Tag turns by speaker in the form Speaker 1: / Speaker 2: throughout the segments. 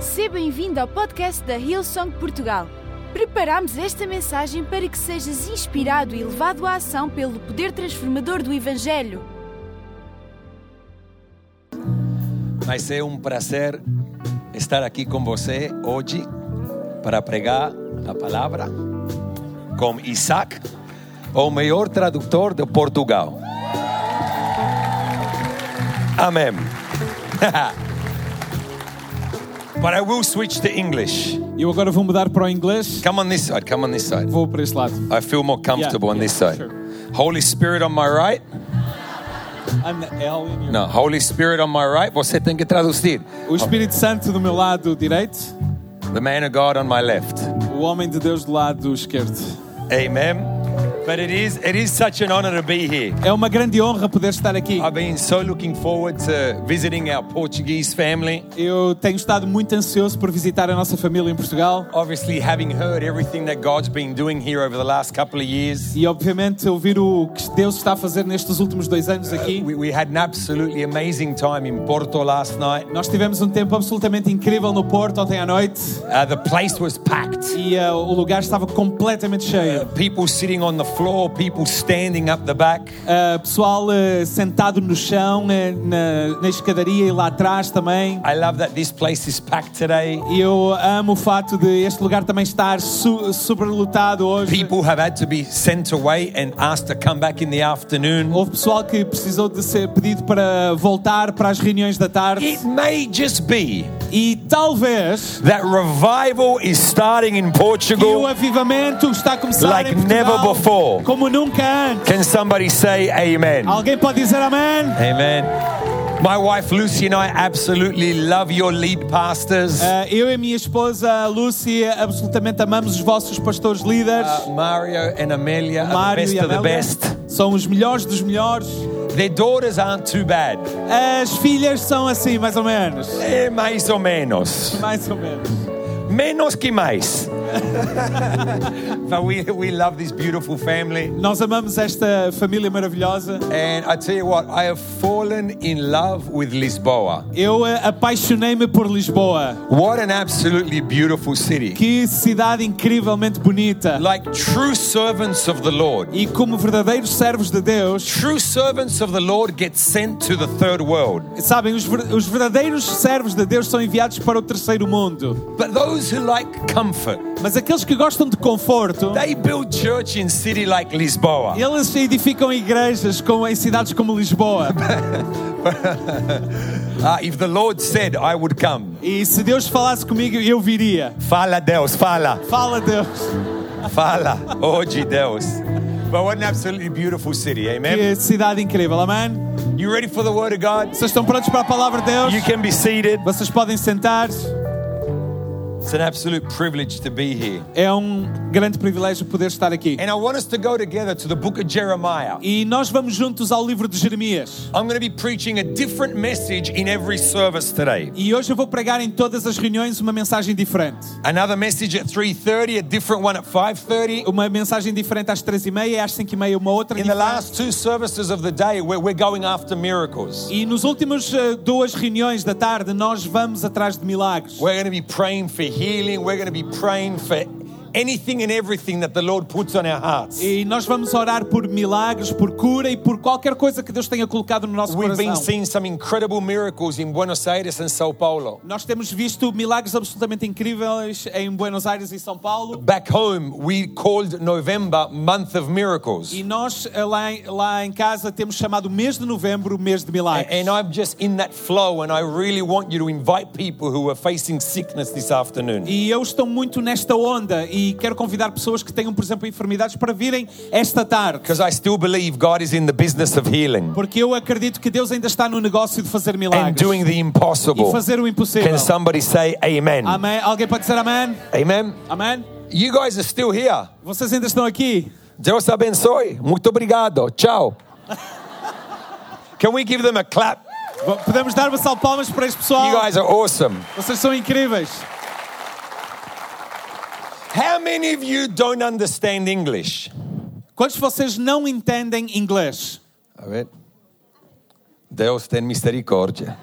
Speaker 1: Seja bem-vindo ao podcast da Hillsong Portugal. Preparamos esta mensagem para que sejas inspirado e levado à ação pelo poder transformador do Evangelho.
Speaker 2: Mas é um prazer estar aqui com você hoje para pregar a palavra com Isaac, o melhor tradutor de Portugal. Amém. But I will switch to English.
Speaker 3: Eu agora vou mudar para o inglês.
Speaker 2: Come on this side. Come on this side.
Speaker 3: Vou para esse lado.
Speaker 2: I feel more comfortable
Speaker 3: Yeah,
Speaker 2: on
Speaker 3: yeah,
Speaker 2: this side.
Speaker 3: sure.
Speaker 2: Holy Spirit on my right.
Speaker 3: I'm the L in your-
Speaker 2: Não, Holy Spirit on my right. Você tem que traduzir.
Speaker 3: O Espírito Santo do meu lado direito,
Speaker 2: The man of God on my left.
Speaker 3: o homem de Deus do lado esquerdo.
Speaker 2: Amen. But it is it is such an honor to be here.
Speaker 3: É uma grande honra poder estar aqui.
Speaker 2: I've been so looking forward to visiting our Portuguese family.
Speaker 3: Eu tenho estado muito ansioso por visitar a nossa família em Portugal
Speaker 2: Obviously, having heard everything that God's been doing here over the last couple of years,
Speaker 3: e, obviamente, ouvir o que Deus está a fazer nestes últimos dois anos aqui.
Speaker 2: we, we had an absolutely amazing time in Porto last night.
Speaker 3: Nós tivemos um tempo absolutamente incrível no Porto ontem à noite
Speaker 2: Uh, the place was packed.
Speaker 3: e ah, o lugar estava completamente cheio.
Speaker 2: People sitting on the floor, people standing up the back.
Speaker 3: Ah, pessoal ah, sentado no chão, ah, na, na escadaria e lá atrás também.
Speaker 2: I love that this place is packed today.
Speaker 3: E eu amo o fato de este lugar também estar su superlotado hoje.
Speaker 2: People have had to be sent away and asked to come back in the afternoon.
Speaker 3: Houve pessoal que precisou de ser pedido para voltar para as reuniões da tarde.
Speaker 2: It may just be
Speaker 3: E talvez
Speaker 2: that revival is starting in
Speaker 3: que o
Speaker 2: Portugal
Speaker 3: avivamento está a começar
Speaker 2: Like
Speaker 3: em Portugal,
Speaker 2: never before.
Speaker 3: como nunca antes.
Speaker 2: Can somebody say amen?
Speaker 3: Alguém pode dizer amém?
Speaker 2: Amen. My wife Lucy and I absolutely love your lead pastors.
Speaker 3: Ah, eu e a minha esposa Lúcia absolutamente amamos os vossos pastores líderes.
Speaker 2: Uh, Mario and Amelia are the
Speaker 3: Mário
Speaker 2: best
Speaker 3: e
Speaker 2: of the
Speaker 3: Amélia
Speaker 2: best.
Speaker 3: são os melhores dos melhores.
Speaker 2: Their daughters aren't too bad.
Speaker 3: As filhas são assim, mais ou menos.
Speaker 2: Eh, mais ou menos.
Speaker 3: Mais ou menos.
Speaker 2: Menos que mais. but we, we love this beautiful family.
Speaker 3: Nós amamos esta família maravilhosa.
Speaker 2: And I tell you what, I have fallen in love with Lisboa.
Speaker 3: Eu eh, apaixonei-me por Lisboa.
Speaker 2: What an absolutely beautiful city.
Speaker 3: Que cidade incrivelmente bonita.
Speaker 2: like true servants of the Lord.
Speaker 3: E como verdadeiros servos de Deus,
Speaker 2: True servants of the Lord get sent to the third world.
Speaker 3: sabem, os, ver- os verdadeiros servos de Deus são enviados para o terceiro mundo.
Speaker 2: But those who like comfort,
Speaker 3: Mas aqueles que gostam de conforto,
Speaker 2: they build church in city like Lisboa.
Speaker 3: eles edificam igrejas com, em cidades como Lisboa.
Speaker 2: Ah, if the Lord said, I would come.
Speaker 3: E se Deus falasse comigo, eu viria.
Speaker 2: Fala Deus, fala,
Speaker 3: Fala, Deus.
Speaker 2: fala, hoje Deus. But what an absolutely beautiful city, amen?
Speaker 3: Que cidade incrível, amém?
Speaker 2: You ready for the word of God?
Speaker 3: Vocês estão prontos para a palavra de Deus?
Speaker 2: You can be seated.
Speaker 3: Vocês podem sentar.
Speaker 2: It's an absolute privilege to be here.
Speaker 3: É um grande privilégio poder estar aqui.
Speaker 2: And I want us to go together to the book of Jeremiah.
Speaker 3: E nós vamos juntos ao livro de Jeremias.
Speaker 2: I'm going to be preaching a different message in every service today.
Speaker 3: E hoje eu vou pregar em todas as reuniões uma mensagem diferente.
Speaker 2: Another message at 3:30, a different one at 5:30.
Speaker 3: Uma mensagem diferente às três e meia, às cinco e meia, uma outra
Speaker 2: In the
Speaker 3: diferente.
Speaker 2: last two services of the day, we're, we're going after miracles.
Speaker 3: E nos últimos eh, duas reuniões da tarde nós vamos atrás de milagres.
Speaker 2: We're going to be praying for healing. We're going to be praying for anything and everything that the Lord puts on our hearts.
Speaker 3: E nós vamos orar por milagres, por cura e por qualquer coisa que Deus tenha colocado no nosso
Speaker 2: We've been
Speaker 3: coração.
Speaker 2: seeing some incredible miracles in Buenos Aires and Sao Paulo.
Speaker 3: Nós temos visto milagres absolutamente incríveis em Buenos Aires e São Paulo.
Speaker 2: Back home, we called November month of miracles.
Speaker 3: E nós eh, lá em, lá em casa temos chamado o mês de novembro o mês de milagres.
Speaker 2: And I'm just in that flow, and I really want you to invite people who are facing sickness this afternoon.
Speaker 3: E eu estou muito nesta onda e quero convidar pessoas que tenham, por exemplo, enfermidades para virem esta tarde.
Speaker 2: Because I still believe God is in the business of healing
Speaker 3: Porque eu acredito que Deus ainda está no negócio de fazer
Speaker 2: and
Speaker 3: milagres
Speaker 2: doing the
Speaker 3: e
Speaker 2: impossible.
Speaker 3: fazer o impossível.
Speaker 2: Can somebody say amen?
Speaker 3: Amém? Alguém pode dizer amém?
Speaker 2: Amen.
Speaker 3: Amém?
Speaker 2: You guys are still here.
Speaker 3: Vocês ainda estão aqui?
Speaker 2: Deus abençoe. Muito obrigado. Tchau. Can we give them a clap?
Speaker 3: Bo- Podemos dar uma salva de palmas para este pessoal?
Speaker 2: You guys are awesome.
Speaker 3: Vocês são incríveis.
Speaker 2: How many of you don't understand English?
Speaker 3: Quantos de vocês não entendem inglês?
Speaker 2: A ver. Deus tem misericórdia.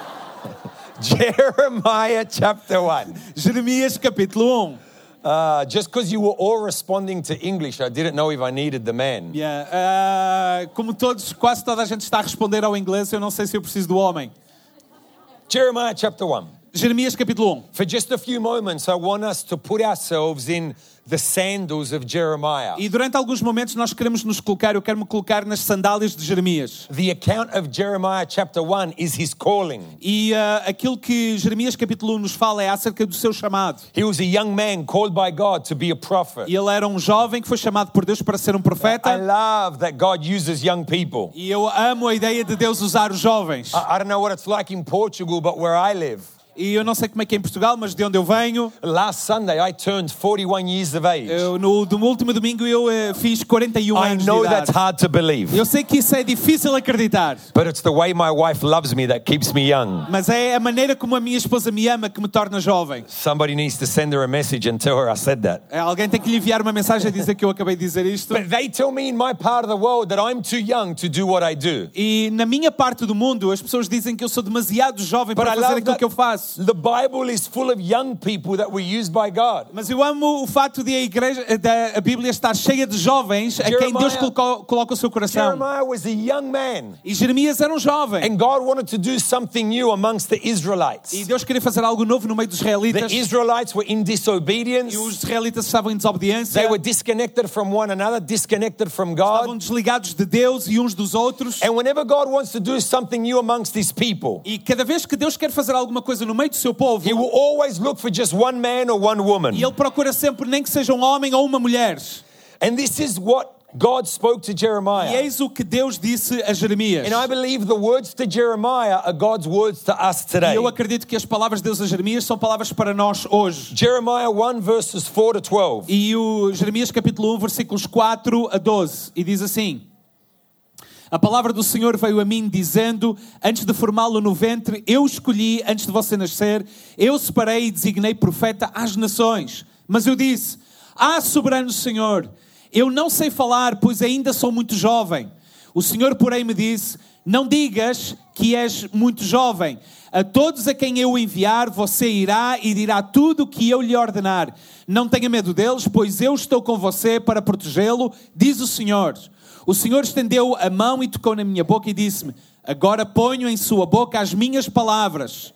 Speaker 2: Jeremiah chapter 1.
Speaker 3: Jeremias capítulo 1.
Speaker 2: Uh, just because you were all responding to English, I didn't know if I needed the man.
Speaker 3: Yeah, ah, como todos, quase toda a gente está a responder ao inglês, eu não sei se eu preciso do homem.
Speaker 2: Jeremiah chapter 1.
Speaker 3: Jeremias capítulo 1.
Speaker 2: For just a few moments, I want us to put ourselves in the sandals of Jeremiah.
Speaker 3: E durante alguns momentos nós queremos nos colocar, eu quero me colocar nas sandálias de Jeremias.
Speaker 2: The account of Jeremiah chapter 1 is his calling.
Speaker 3: E ah, aquilo que Jeremias capítulo 1 nos fala é acerca do seu chamado.
Speaker 2: He was a young man called by God to be a prophet.
Speaker 3: E ele era um jovem que foi chamado por Deus para ser um
Speaker 2: I
Speaker 3: profeta.
Speaker 2: love that God uses young people.
Speaker 3: E eu amo a ideia de Deus usar os jovens.
Speaker 2: I, I don't know what it's like in Portugal, but where I live,
Speaker 3: E eu não sei como é que é em Portugal, mas de onde eu venho,
Speaker 2: last Sunday I turned 41 years of age.
Speaker 3: eu, no, do último domingo eu eh, fiz 41
Speaker 2: I
Speaker 3: anos
Speaker 2: know
Speaker 3: de idade.
Speaker 2: that's hard to believe,
Speaker 3: Eu sei que isso é difícil acreditar,
Speaker 2: but it's the way my wife loves me that keeps me young.
Speaker 3: mas é a maneira como a minha esposa me ama que me torna jovem.
Speaker 2: Somebody needs to send her a message and tell her I said that.
Speaker 3: É, Alguém tem que lhe enviar uma mensagem a dizer que eu acabei de dizer isto.
Speaker 2: But they tell me in my part of the world that I'm too young to do what I do.
Speaker 3: E na minha parte do mundo, as pessoas dizem que eu sou demasiado jovem
Speaker 2: But
Speaker 3: para
Speaker 2: I
Speaker 3: fazer
Speaker 2: love
Speaker 3: aquilo
Speaker 2: that
Speaker 3: que eu faço.
Speaker 2: the Bible is full of young people that were used by God.
Speaker 3: Mas eu amo o fato de a igreja, da a Bíblia estar cheia de jovens a quem Deus
Speaker 2: Jeremiah-
Speaker 3: colocou- coloca o seu coração.
Speaker 2: Jeremiah was a young man,
Speaker 3: E Jeremias era um jovem.
Speaker 2: and God wanted to do something new amongst the
Speaker 3: E
Speaker 2: Israelites.
Speaker 3: Deus queria fazer algo novo no meio dos
Speaker 2: The
Speaker 3: israelitas.
Speaker 2: Israelites were in disobedience.
Speaker 3: E os israelitas estavam em desobediência,
Speaker 2: They were disconnected from one another, disconnected from
Speaker 3: estavam
Speaker 2: God.
Speaker 3: desligados de Deus e uns dos outros.
Speaker 2: And whenever God wants to do something new amongst his people,
Speaker 3: E cada vez que Deus quer fazer alguma coisa no meio do seu povo,
Speaker 2: he will always look for just one man or one woman.
Speaker 3: e ele procura sempre nem que seja um homem ou uma mulher.
Speaker 2: And this is what God spoke to
Speaker 3: E
Speaker 2: Jeremiah.
Speaker 3: eis o que Deus disse a Jeremias.
Speaker 2: And I believe the words to Jeremiah are God's words to us
Speaker 3: E
Speaker 2: today.
Speaker 3: eu acredito que as palavras de Deus a Jeremias são palavras para nós hoje.
Speaker 2: Jeremiah 1 verses 4 to 12.
Speaker 3: E o Jeremias capítulo 1, versículos 4 a 12, e diz assim: A palavra do Senhor veio a mim dizendo: Antes de formá-lo no ventre, eu escolhi, antes de você nascer, eu separei e designei profeta às nações. Mas eu disse: Ah, soberano Senhor, eu não sei falar, pois ainda sou muito jovem. O Senhor, porém, me disse: Não digas que és muito jovem. A todos a quem eu enviar, você irá e dirá tudo o que eu lhe ordenar. Não tenha medo deles, pois eu estou com você para protegê-lo, diz o Senhor. O Senhor estendeu a mão e tocou na minha boca e disse-me: Agora ponho em sua boca as minhas palavras.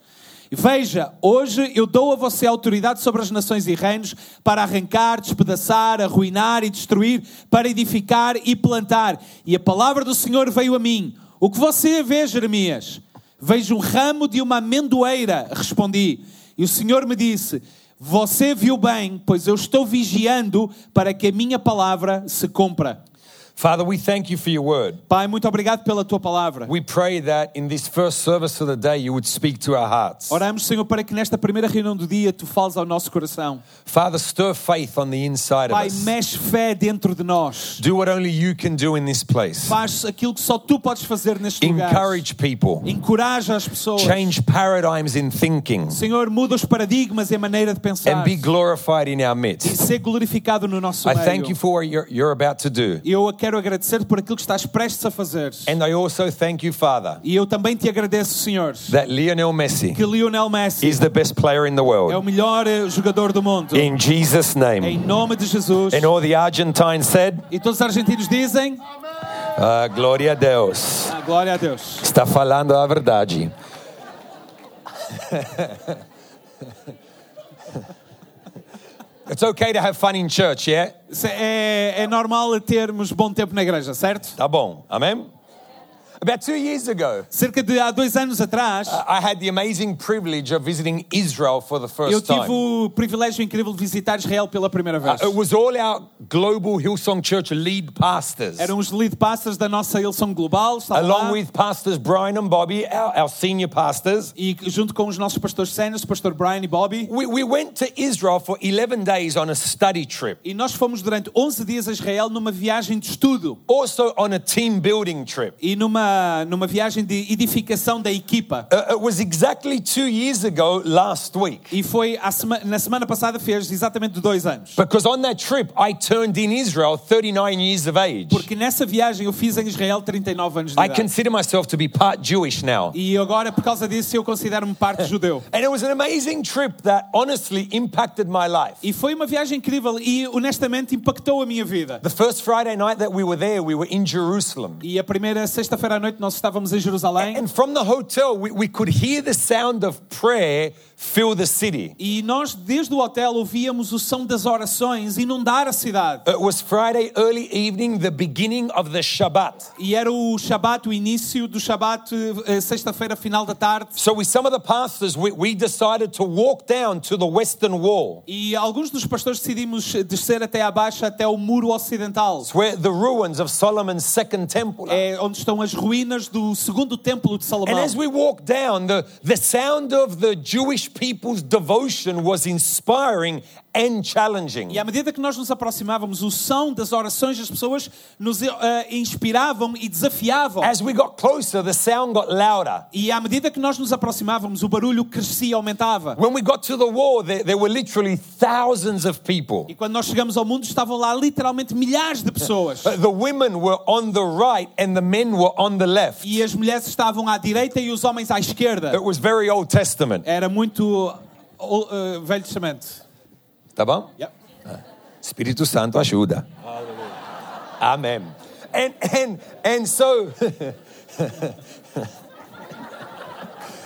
Speaker 3: Veja, hoje eu dou a você autoridade sobre as nações e reinos para arrancar, despedaçar, arruinar e destruir, para edificar e plantar. E a palavra do Senhor veio a mim. O que você vê, Jeremias? Vejo um ramo de uma amendoeira, respondi. E o Senhor me disse: Você viu bem, pois eu estou vigiando para que a minha palavra se cumpra.
Speaker 2: Father, we thank you for your word.
Speaker 3: Pai, muito obrigado pela tua palavra.
Speaker 2: We pray that in this first service of the day, you would speak to our hearts.
Speaker 3: Oramos, Senhor, para que nesta primeira reunião do dia tu fales ao nosso coração.
Speaker 2: Father, stir faith on the inside of
Speaker 3: Pai,
Speaker 2: us.
Speaker 3: mexe fé dentro de nós.
Speaker 2: Do what only you can do in this place.
Speaker 3: Faz aquilo que só tu podes fazer neste lugar.
Speaker 2: Encourage people.
Speaker 3: Encoraja as pessoas.
Speaker 2: Change paradigms in thinking.
Speaker 3: Senhor, muda os paradigmas e a maneira de
Speaker 2: And
Speaker 3: pensar.
Speaker 2: be glorified in our
Speaker 3: E
Speaker 2: midst.
Speaker 3: ser glorificado no nosso
Speaker 2: I
Speaker 3: meio.
Speaker 2: thank you for what you're, you're about to do.
Speaker 3: Eu quero agradecer por aquilo que estás prestes a fazer.
Speaker 2: And I also thank you, Father,
Speaker 3: E eu também te agradeço, Senhor,
Speaker 2: that Lionel Messi
Speaker 3: que Lionel Messi
Speaker 2: is the best player in the
Speaker 3: é o
Speaker 2: world.
Speaker 3: melhor eh, jogador do mundo.
Speaker 2: In Jesus'
Speaker 3: Em
Speaker 2: name.
Speaker 3: nome de Jesus.
Speaker 2: And all the Argentines said,
Speaker 3: E todos os argentinos dizem:
Speaker 2: "Ah, Glória a Deus.
Speaker 3: ah, Glória a Deus.
Speaker 2: Está falando a verdade. It's okay to have fun in church, yeah?
Speaker 3: Se- É, é normal termos bom tempo na igreja, certo?
Speaker 2: Tá bom, amém? About two years ago,
Speaker 3: Cerca de há dois anos atrás,
Speaker 2: I had the amazing privilege of visiting Israel for the
Speaker 3: eu
Speaker 2: first
Speaker 3: tive
Speaker 2: time. Uh,
Speaker 3: o privilégio incrível de visitar Israel pela primeira vez.
Speaker 2: It was all our global Hillsong Church lead pastors,
Speaker 3: Eram os lead pastors um da nossa Ilson Global, estavam lá,
Speaker 2: along with pastors Brian and Bobby, our, our senior pastors.
Speaker 3: e junto com os nossos pastores seniors, pastor Brian e Bobby.
Speaker 2: We, we went to Israel for 11 days on a study trip,
Speaker 3: E nós fomos durante 11 dias a Israel numa viagem de estudo
Speaker 2: also on a team building trip.
Speaker 3: e numa numa, numa viagem de edificação da equipa.
Speaker 2: Uh, it was exactly two years ago last week
Speaker 3: E foi à sema- na semana passada fez exatamente dois anos.
Speaker 2: because on that trip I turned in Israel 39 years of age.
Speaker 3: Porque nessa viagem eu fiz em Israel 39 anos de
Speaker 2: I
Speaker 3: idade.
Speaker 2: consider myself to be part Jewish now.
Speaker 3: E agora, por causa disso, eu considero-me parte
Speaker 2: É.
Speaker 3: judeu.
Speaker 2: And it was an amazing trip that honestly impacted my life.
Speaker 3: E foi uma viagem incrível e, honestamente, impactou a minha vida.
Speaker 2: The first Friday night that we were there, we were in Jerusalem.
Speaker 3: E a primeira sexta-feira à noite nós estávamos em Jerusalém
Speaker 2: And from the hotel, we, we could hear the sound of prayer fill the city.
Speaker 3: e nós, desde o hotel, ouvíamos o som das orações inundar a cidade.
Speaker 2: It was Friday early evening, the beginning of the Shabbat.
Speaker 3: E era o Shabat, o início do Shabat, eh, sexta-feira, final da tarde.
Speaker 2: So, with some of the pastors, we, we decided to walk down to the Western Wall.
Speaker 3: E alguns dos pastores decidimos descer até abaixo, até o muro ocidental.
Speaker 2: It's where the ruins of Solomon's second temple are.
Speaker 3: É onde estão as ruínas do segundo templo de Salomão.
Speaker 2: And as we walked down, the, the sound of the Jewish people's devotion was inspiring and challenging.
Speaker 3: E à medida que nós nos aproximávamos, o som das orações das pessoas nos eh, inspiravam e desafiavam.
Speaker 2: As we got closer, the sound got louder.
Speaker 3: E à medida que nós nos aproximávamos, o barulho crescia e aumentava.
Speaker 2: When we got to the wall, there, there were literally thousands of people.
Speaker 3: E quando nós chegamos ao mundo, estavam lá literalmente milhares de pessoas.
Speaker 2: Uh, The women were on the right and the men were on the left.
Speaker 3: E as mulheres estavam à direita e os homens à esquerda.
Speaker 2: It was very Old Testament.
Speaker 3: Era muito o- eh, Velho Testamento.
Speaker 2: Tá bom?
Speaker 3: Yep.
Speaker 2: Espírito Santo ajuda. Amen. And and and so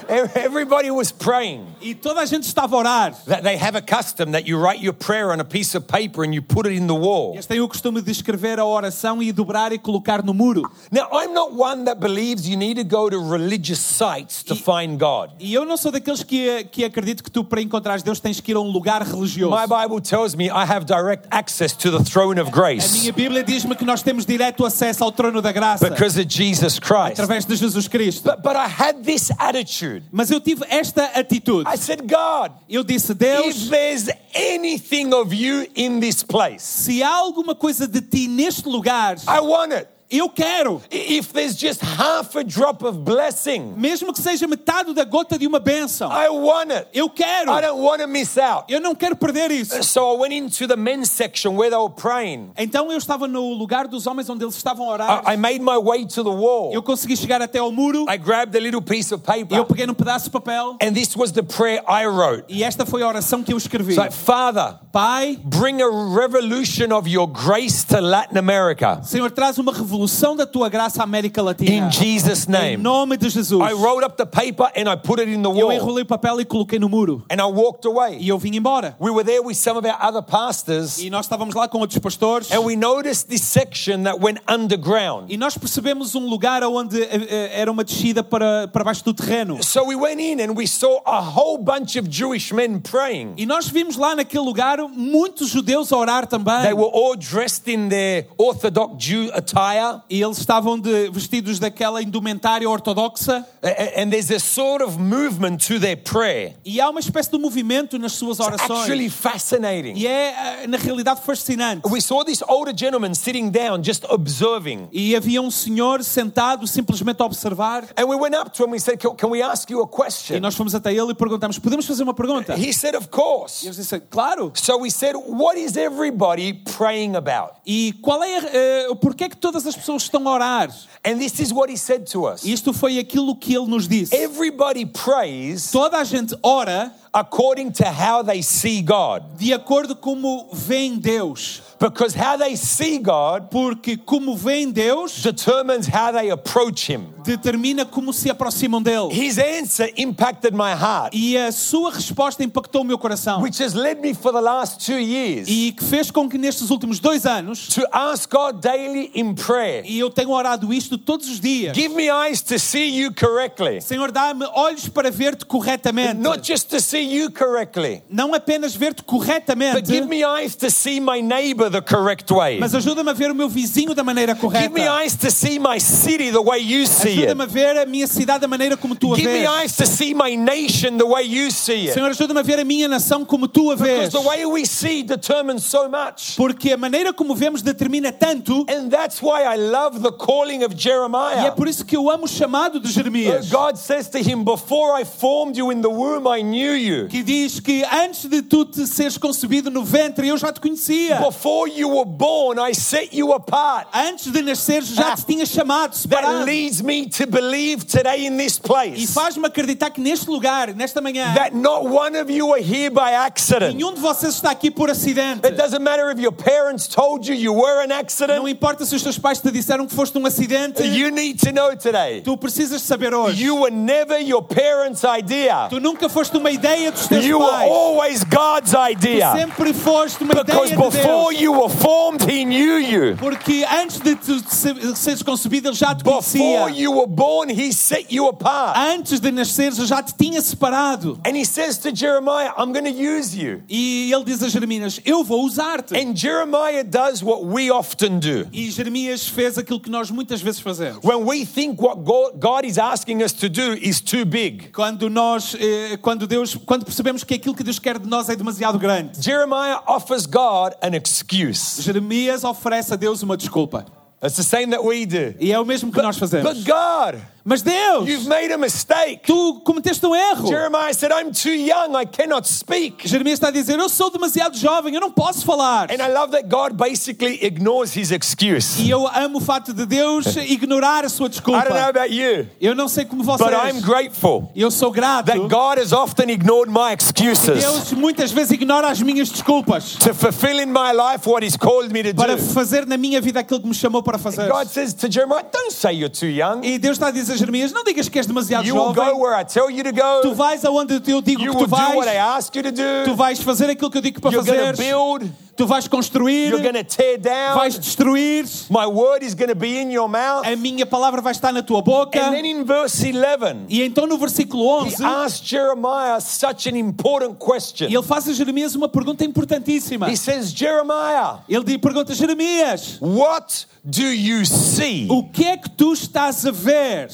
Speaker 2: everybody was praying.
Speaker 3: E toda a gente estava a orar.
Speaker 2: That they have a custom that you write your prayer on a piece of paper and you put it in the wall.
Speaker 3: Eles têm o costume de escrever a oração e dobrar e colocar no muro.
Speaker 2: Now, I'm not one that believes you need to go to religious sites to
Speaker 3: Ye-
Speaker 2: find God.
Speaker 3: E eu não sou daqueles que, que acredito que tu, para encontrares Deus, tens que ir a um lugar religioso.
Speaker 2: My Bible tells me I have direct access to the throne of
Speaker 3: A
Speaker 2: grace
Speaker 3: minha Bíblia diz-me que nós temos direto acesso ao trono da graça
Speaker 2: because of Jesus Christ.
Speaker 3: através de Jesus Cristo.
Speaker 2: But, but I had this attitude.
Speaker 3: Mas eu tive esta atitude.
Speaker 2: I said, God,
Speaker 3: Eu disse,
Speaker 2: if
Speaker 3: Deus,
Speaker 2: there's anything of you in this place,
Speaker 3: se há alguma coisa de ti neste lugar,
Speaker 2: I want it.
Speaker 3: eu quero.
Speaker 2: I- If there's just half a drop of blessing,
Speaker 3: Mesmo que seja metade da gota de uma bênção,
Speaker 2: I want it.
Speaker 3: eu quero.
Speaker 2: I don't want to miss out.
Speaker 3: Eu não quero perder isso.
Speaker 2: So I went into the men's section where they were praying.
Speaker 3: Então eu estava no lugar dos homens onde eles estavam a orar.
Speaker 2: I, I made my way to the
Speaker 3: Eu
Speaker 2: wall.
Speaker 3: consegui chegar até ao muro.
Speaker 2: I grabbed a little piece of
Speaker 3: E eu
Speaker 2: paper.
Speaker 3: peguei num pedaço de papel.
Speaker 2: And this was the prayer I wrote.
Speaker 3: E esta foi a oração que eu escrevi.
Speaker 2: It's like, Father,
Speaker 3: Pai,
Speaker 2: bring a revolution of your grace to Latin America.
Speaker 3: Senhor, traz uma revolução da tua graça à América Latina.
Speaker 2: In Jesus'
Speaker 3: Em
Speaker 2: name.
Speaker 3: nome de Jesus.
Speaker 2: I rolled up the paper and I put it in the
Speaker 3: Eu
Speaker 2: wall
Speaker 3: enrolei o papel e coloquei no muro.
Speaker 2: and I walked away.
Speaker 3: E eu vim embora.
Speaker 2: We were there with some of our other pastors
Speaker 3: E nós estávamos lá com outros pastores.
Speaker 2: and we noticed this section that went underground.
Speaker 3: E nós percebemos um lugar onde eh, eh, era uma descida para, para baixo do terreno.
Speaker 2: So we went in and we saw a whole bunch of Jewish men praying.
Speaker 3: E nós vimos lá naquele lugar muitos judeus a orar também.
Speaker 2: They were all dressed in their Orthodox Jew attire.
Speaker 3: E eles estavam de- vestidos daquela indumentária ortodoxa.
Speaker 2: A- a- And there's a sort of movement to their prayer.
Speaker 3: E há uma espécie de movimento nas suas
Speaker 2: It's
Speaker 3: orações.
Speaker 2: actually fascinating.
Speaker 3: E é, eh, na realidade, fascinante.
Speaker 2: We saw this older gentleman sitting down, just observing.
Speaker 3: E havia um senhor sentado simplesmente a observar.
Speaker 2: And we went up to him. We said, "Can can we ask you a
Speaker 3: E
Speaker 2: question?"
Speaker 3: nós fomos até ele e perguntamos: podemos fazer uma pergunta? E
Speaker 2: He said, "Of course."
Speaker 3: eles disseram: claro.
Speaker 2: So we said, What is everybody praying about?
Speaker 3: E qual é, eh, porquê é que todas as pessoas estão a orar?
Speaker 2: And this is what he said to us
Speaker 3: E Isto foi aquilo que ele nos disse.
Speaker 2: Everybody prays
Speaker 3: Toda a gente ora
Speaker 2: according to how they see God.
Speaker 3: de acordo como vem Deus.
Speaker 2: Because how they see God
Speaker 3: Porque como vem Deus,
Speaker 2: determines how they approach Him.
Speaker 3: determina como se aproximam dele.
Speaker 2: His answer impacted my heart,
Speaker 3: E a sua resposta impactou o meu coração.
Speaker 2: which has led me for the last two years
Speaker 3: E que fez com que nestes últimos dois anos,
Speaker 2: to ask God daily in prayer
Speaker 3: e eu tenho orado isto todos os dias,
Speaker 2: Give me eyes to see you correctly,
Speaker 3: Senhor, dá-me olhos para ver-te corretamente.
Speaker 2: not just to see you correctly,
Speaker 3: Não apenas ver-te
Speaker 2: but
Speaker 3: corretamente,
Speaker 2: give me eyes to see my neighbor the correct way.
Speaker 3: mas ajuda-me a ver o meu vizinho da maneira correta.
Speaker 2: Give me eyes to see my city the way you see see it.
Speaker 3: Ajuda-me a ver a minha cidade da maneira como tu a
Speaker 2: Give me
Speaker 3: vês.
Speaker 2: eyes to see my nation the way you see it.
Speaker 3: Senhor, ajuda-me a ver a minha nação como tu a vês.
Speaker 2: Because the way we see determines so much.
Speaker 3: Porque a maneira como vemos determina tanto.
Speaker 2: And that's why I love the calling of
Speaker 3: E é
Speaker 2: Jeremiah. Uh,
Speaker 3: por isso que eu amo o chamado de Jeremias.
Speaker 2: God says to him, Before I formed you in the womb, I knew you.
Speaker 3: Que diz que antes de tu te seres concebido no ventre, eu já te conhecia.
Speaker 2: Before you were born, I set you apart.
Speaker 3: Antes de nasceres, já te tinha chamado,
Speaker 2: Ah, That
Speaker 3: separado.
Speaker 2: leads me to believe today in this
Speaker 3: E
Speaker 2: place
Speaker 3: faz-me acreditar que neste lugar, nesta manhã,
Speaker 2: that not one of you are here by accident.
Speaker 3: nenhum de vocês está aqui por acidente.
Speaker 2: It doesn't matter if your parents told you you were an
Speaker 3: Não
Speaker 2: accident.
Speaker 3: importa se os teus pais te disseram que foste um acidente,
Speaker 2: You need to know today.
Speaker 3: tu precisas saber hoje.
Speaker 2: Uh, You were never your parents' idea.
Speaker 3: Tu nunca foste uma ideia dos teus
Speaker 2: You were
Speaker 3: pais.
Speaker 2: always God's
Speaker 3: Tu
Speaker 2: idea.
Speaker 3: sempre foste uma
Speaker 2: Because
Speaker 3: ideia de
Speaker 2: before
Speaker 3: Deus.
Speaker 2: you were formed, He knew you.
Speaker 3: Porque antes de tu se- seres concebido, Ele já te
Speaker 2: Before
Speaker 3: conhecia.
Speaker 2: you were born, He set you apart.
Speaker 3: Antes de nasceres, Ele já te tinha separado.
Speaker 2: And He says to Jeremiah, I'm going to use you.
Speaker 3: E Ele diz a Jeremias, eu vou usar-te.
Speaker 2: And Jeremiah does what we often do.
Speaker 3: E Jeremias fez aquilo que nós muitas vezes fazemos.
Speaker 2: When we think what Go- God is asking us to do is too big,
Speaker 3: Quando nós, eh, quando Deus, quando percebemos que aquilo que Deus quer de nós é demasiado grande.
Speaker 2: Jeremiah offers God an excuse.
Speaker 3: Jeremias oferece a Deus uma desculpa.
Speaker 2: It's the same that we do.
Speaker 3: E é o mesmo que nós
Speaker 2: But
Speaker 3: fazemos.
Speaker 2: God,
Speaker 3: Mas
Speaker 2: you've
Speaker 3: Deus,
Speaker 2: made a mistake.
Speaker 3: tu cometeste um erro.
Speaker 2: Jeremiah said, I'm too young, I cannot speak.
Speaker 3: Jeremias está a dizer, eu sou demasiado jovem, eu não posso falar.
Speaker 2: And I love that God basically ignores his excuse.
Speaker 3: E eu amo o fato de Deus ignorar a sua
Speaker 2: É. I don't know
Speaker 3: desculpa.
Speaker 2: about you,
Speaker 3: Eu não sei como vocês.
Speaker 2: but I'm grateful
Speaker 3: Eu sou grato.
Speaker 2: that God has often ignored my excuses
Speaker 3: Deus muitas vezes ignora as minhas desculpas
Speaker 2: to fulfill in my life what he's called me to
Speaker 3: para
Speaker 2: do.
Speaker 3: fazer na minha vida aquilo que me chamou para fazer.
Speaker 2: God says to Jeremiah, Don't say you're too young.
Speaker 3: E Deus está a dizer a Jeremias, não digas que és demasiado
Speaker 2: You will go
Speaker 3: jovem.
Speaker 2: where I tell you to
Speaker 3: Tu
Speaker 2: go,
Speaker 3: vais aonde eu digo
Speaker 2: you
Speaker 3: que tu
Speaker 2: will do what I
Speaker 3: vais.
Speaker 2: ask you to
Speaker 3: Tu
Speaker 2: do,
Speaker 3: vais fazer aquilo que eu digo para
Speaker 2: you're going to
Speaker 3: fazer.
Speaker 2: build,
Speaker 3: Tu vais construir,
Speaker 2: you're going to tear down,
Speaker 3: vais destruir.
Speaker 2: my word is going to be in your mouth.
Speaker 3: A minha palavra vai estar na tua boca.
Speaker 2: And then in verse 11,
Speaker 3: E então no versículo
Speaker 2: He
Speaker 3: 11,
Speaker 2: asked Jeremiah such an important question.
Speaker 3: ele faz a Jeremias uma pergunta importantíssima.
Speaker 2: He says, Jeremiah,
Speaker 3: Ele diz- pergunta Jeremias,
Speaker 2: what do you see?
Speaker 3: o que é que tu estás a ver?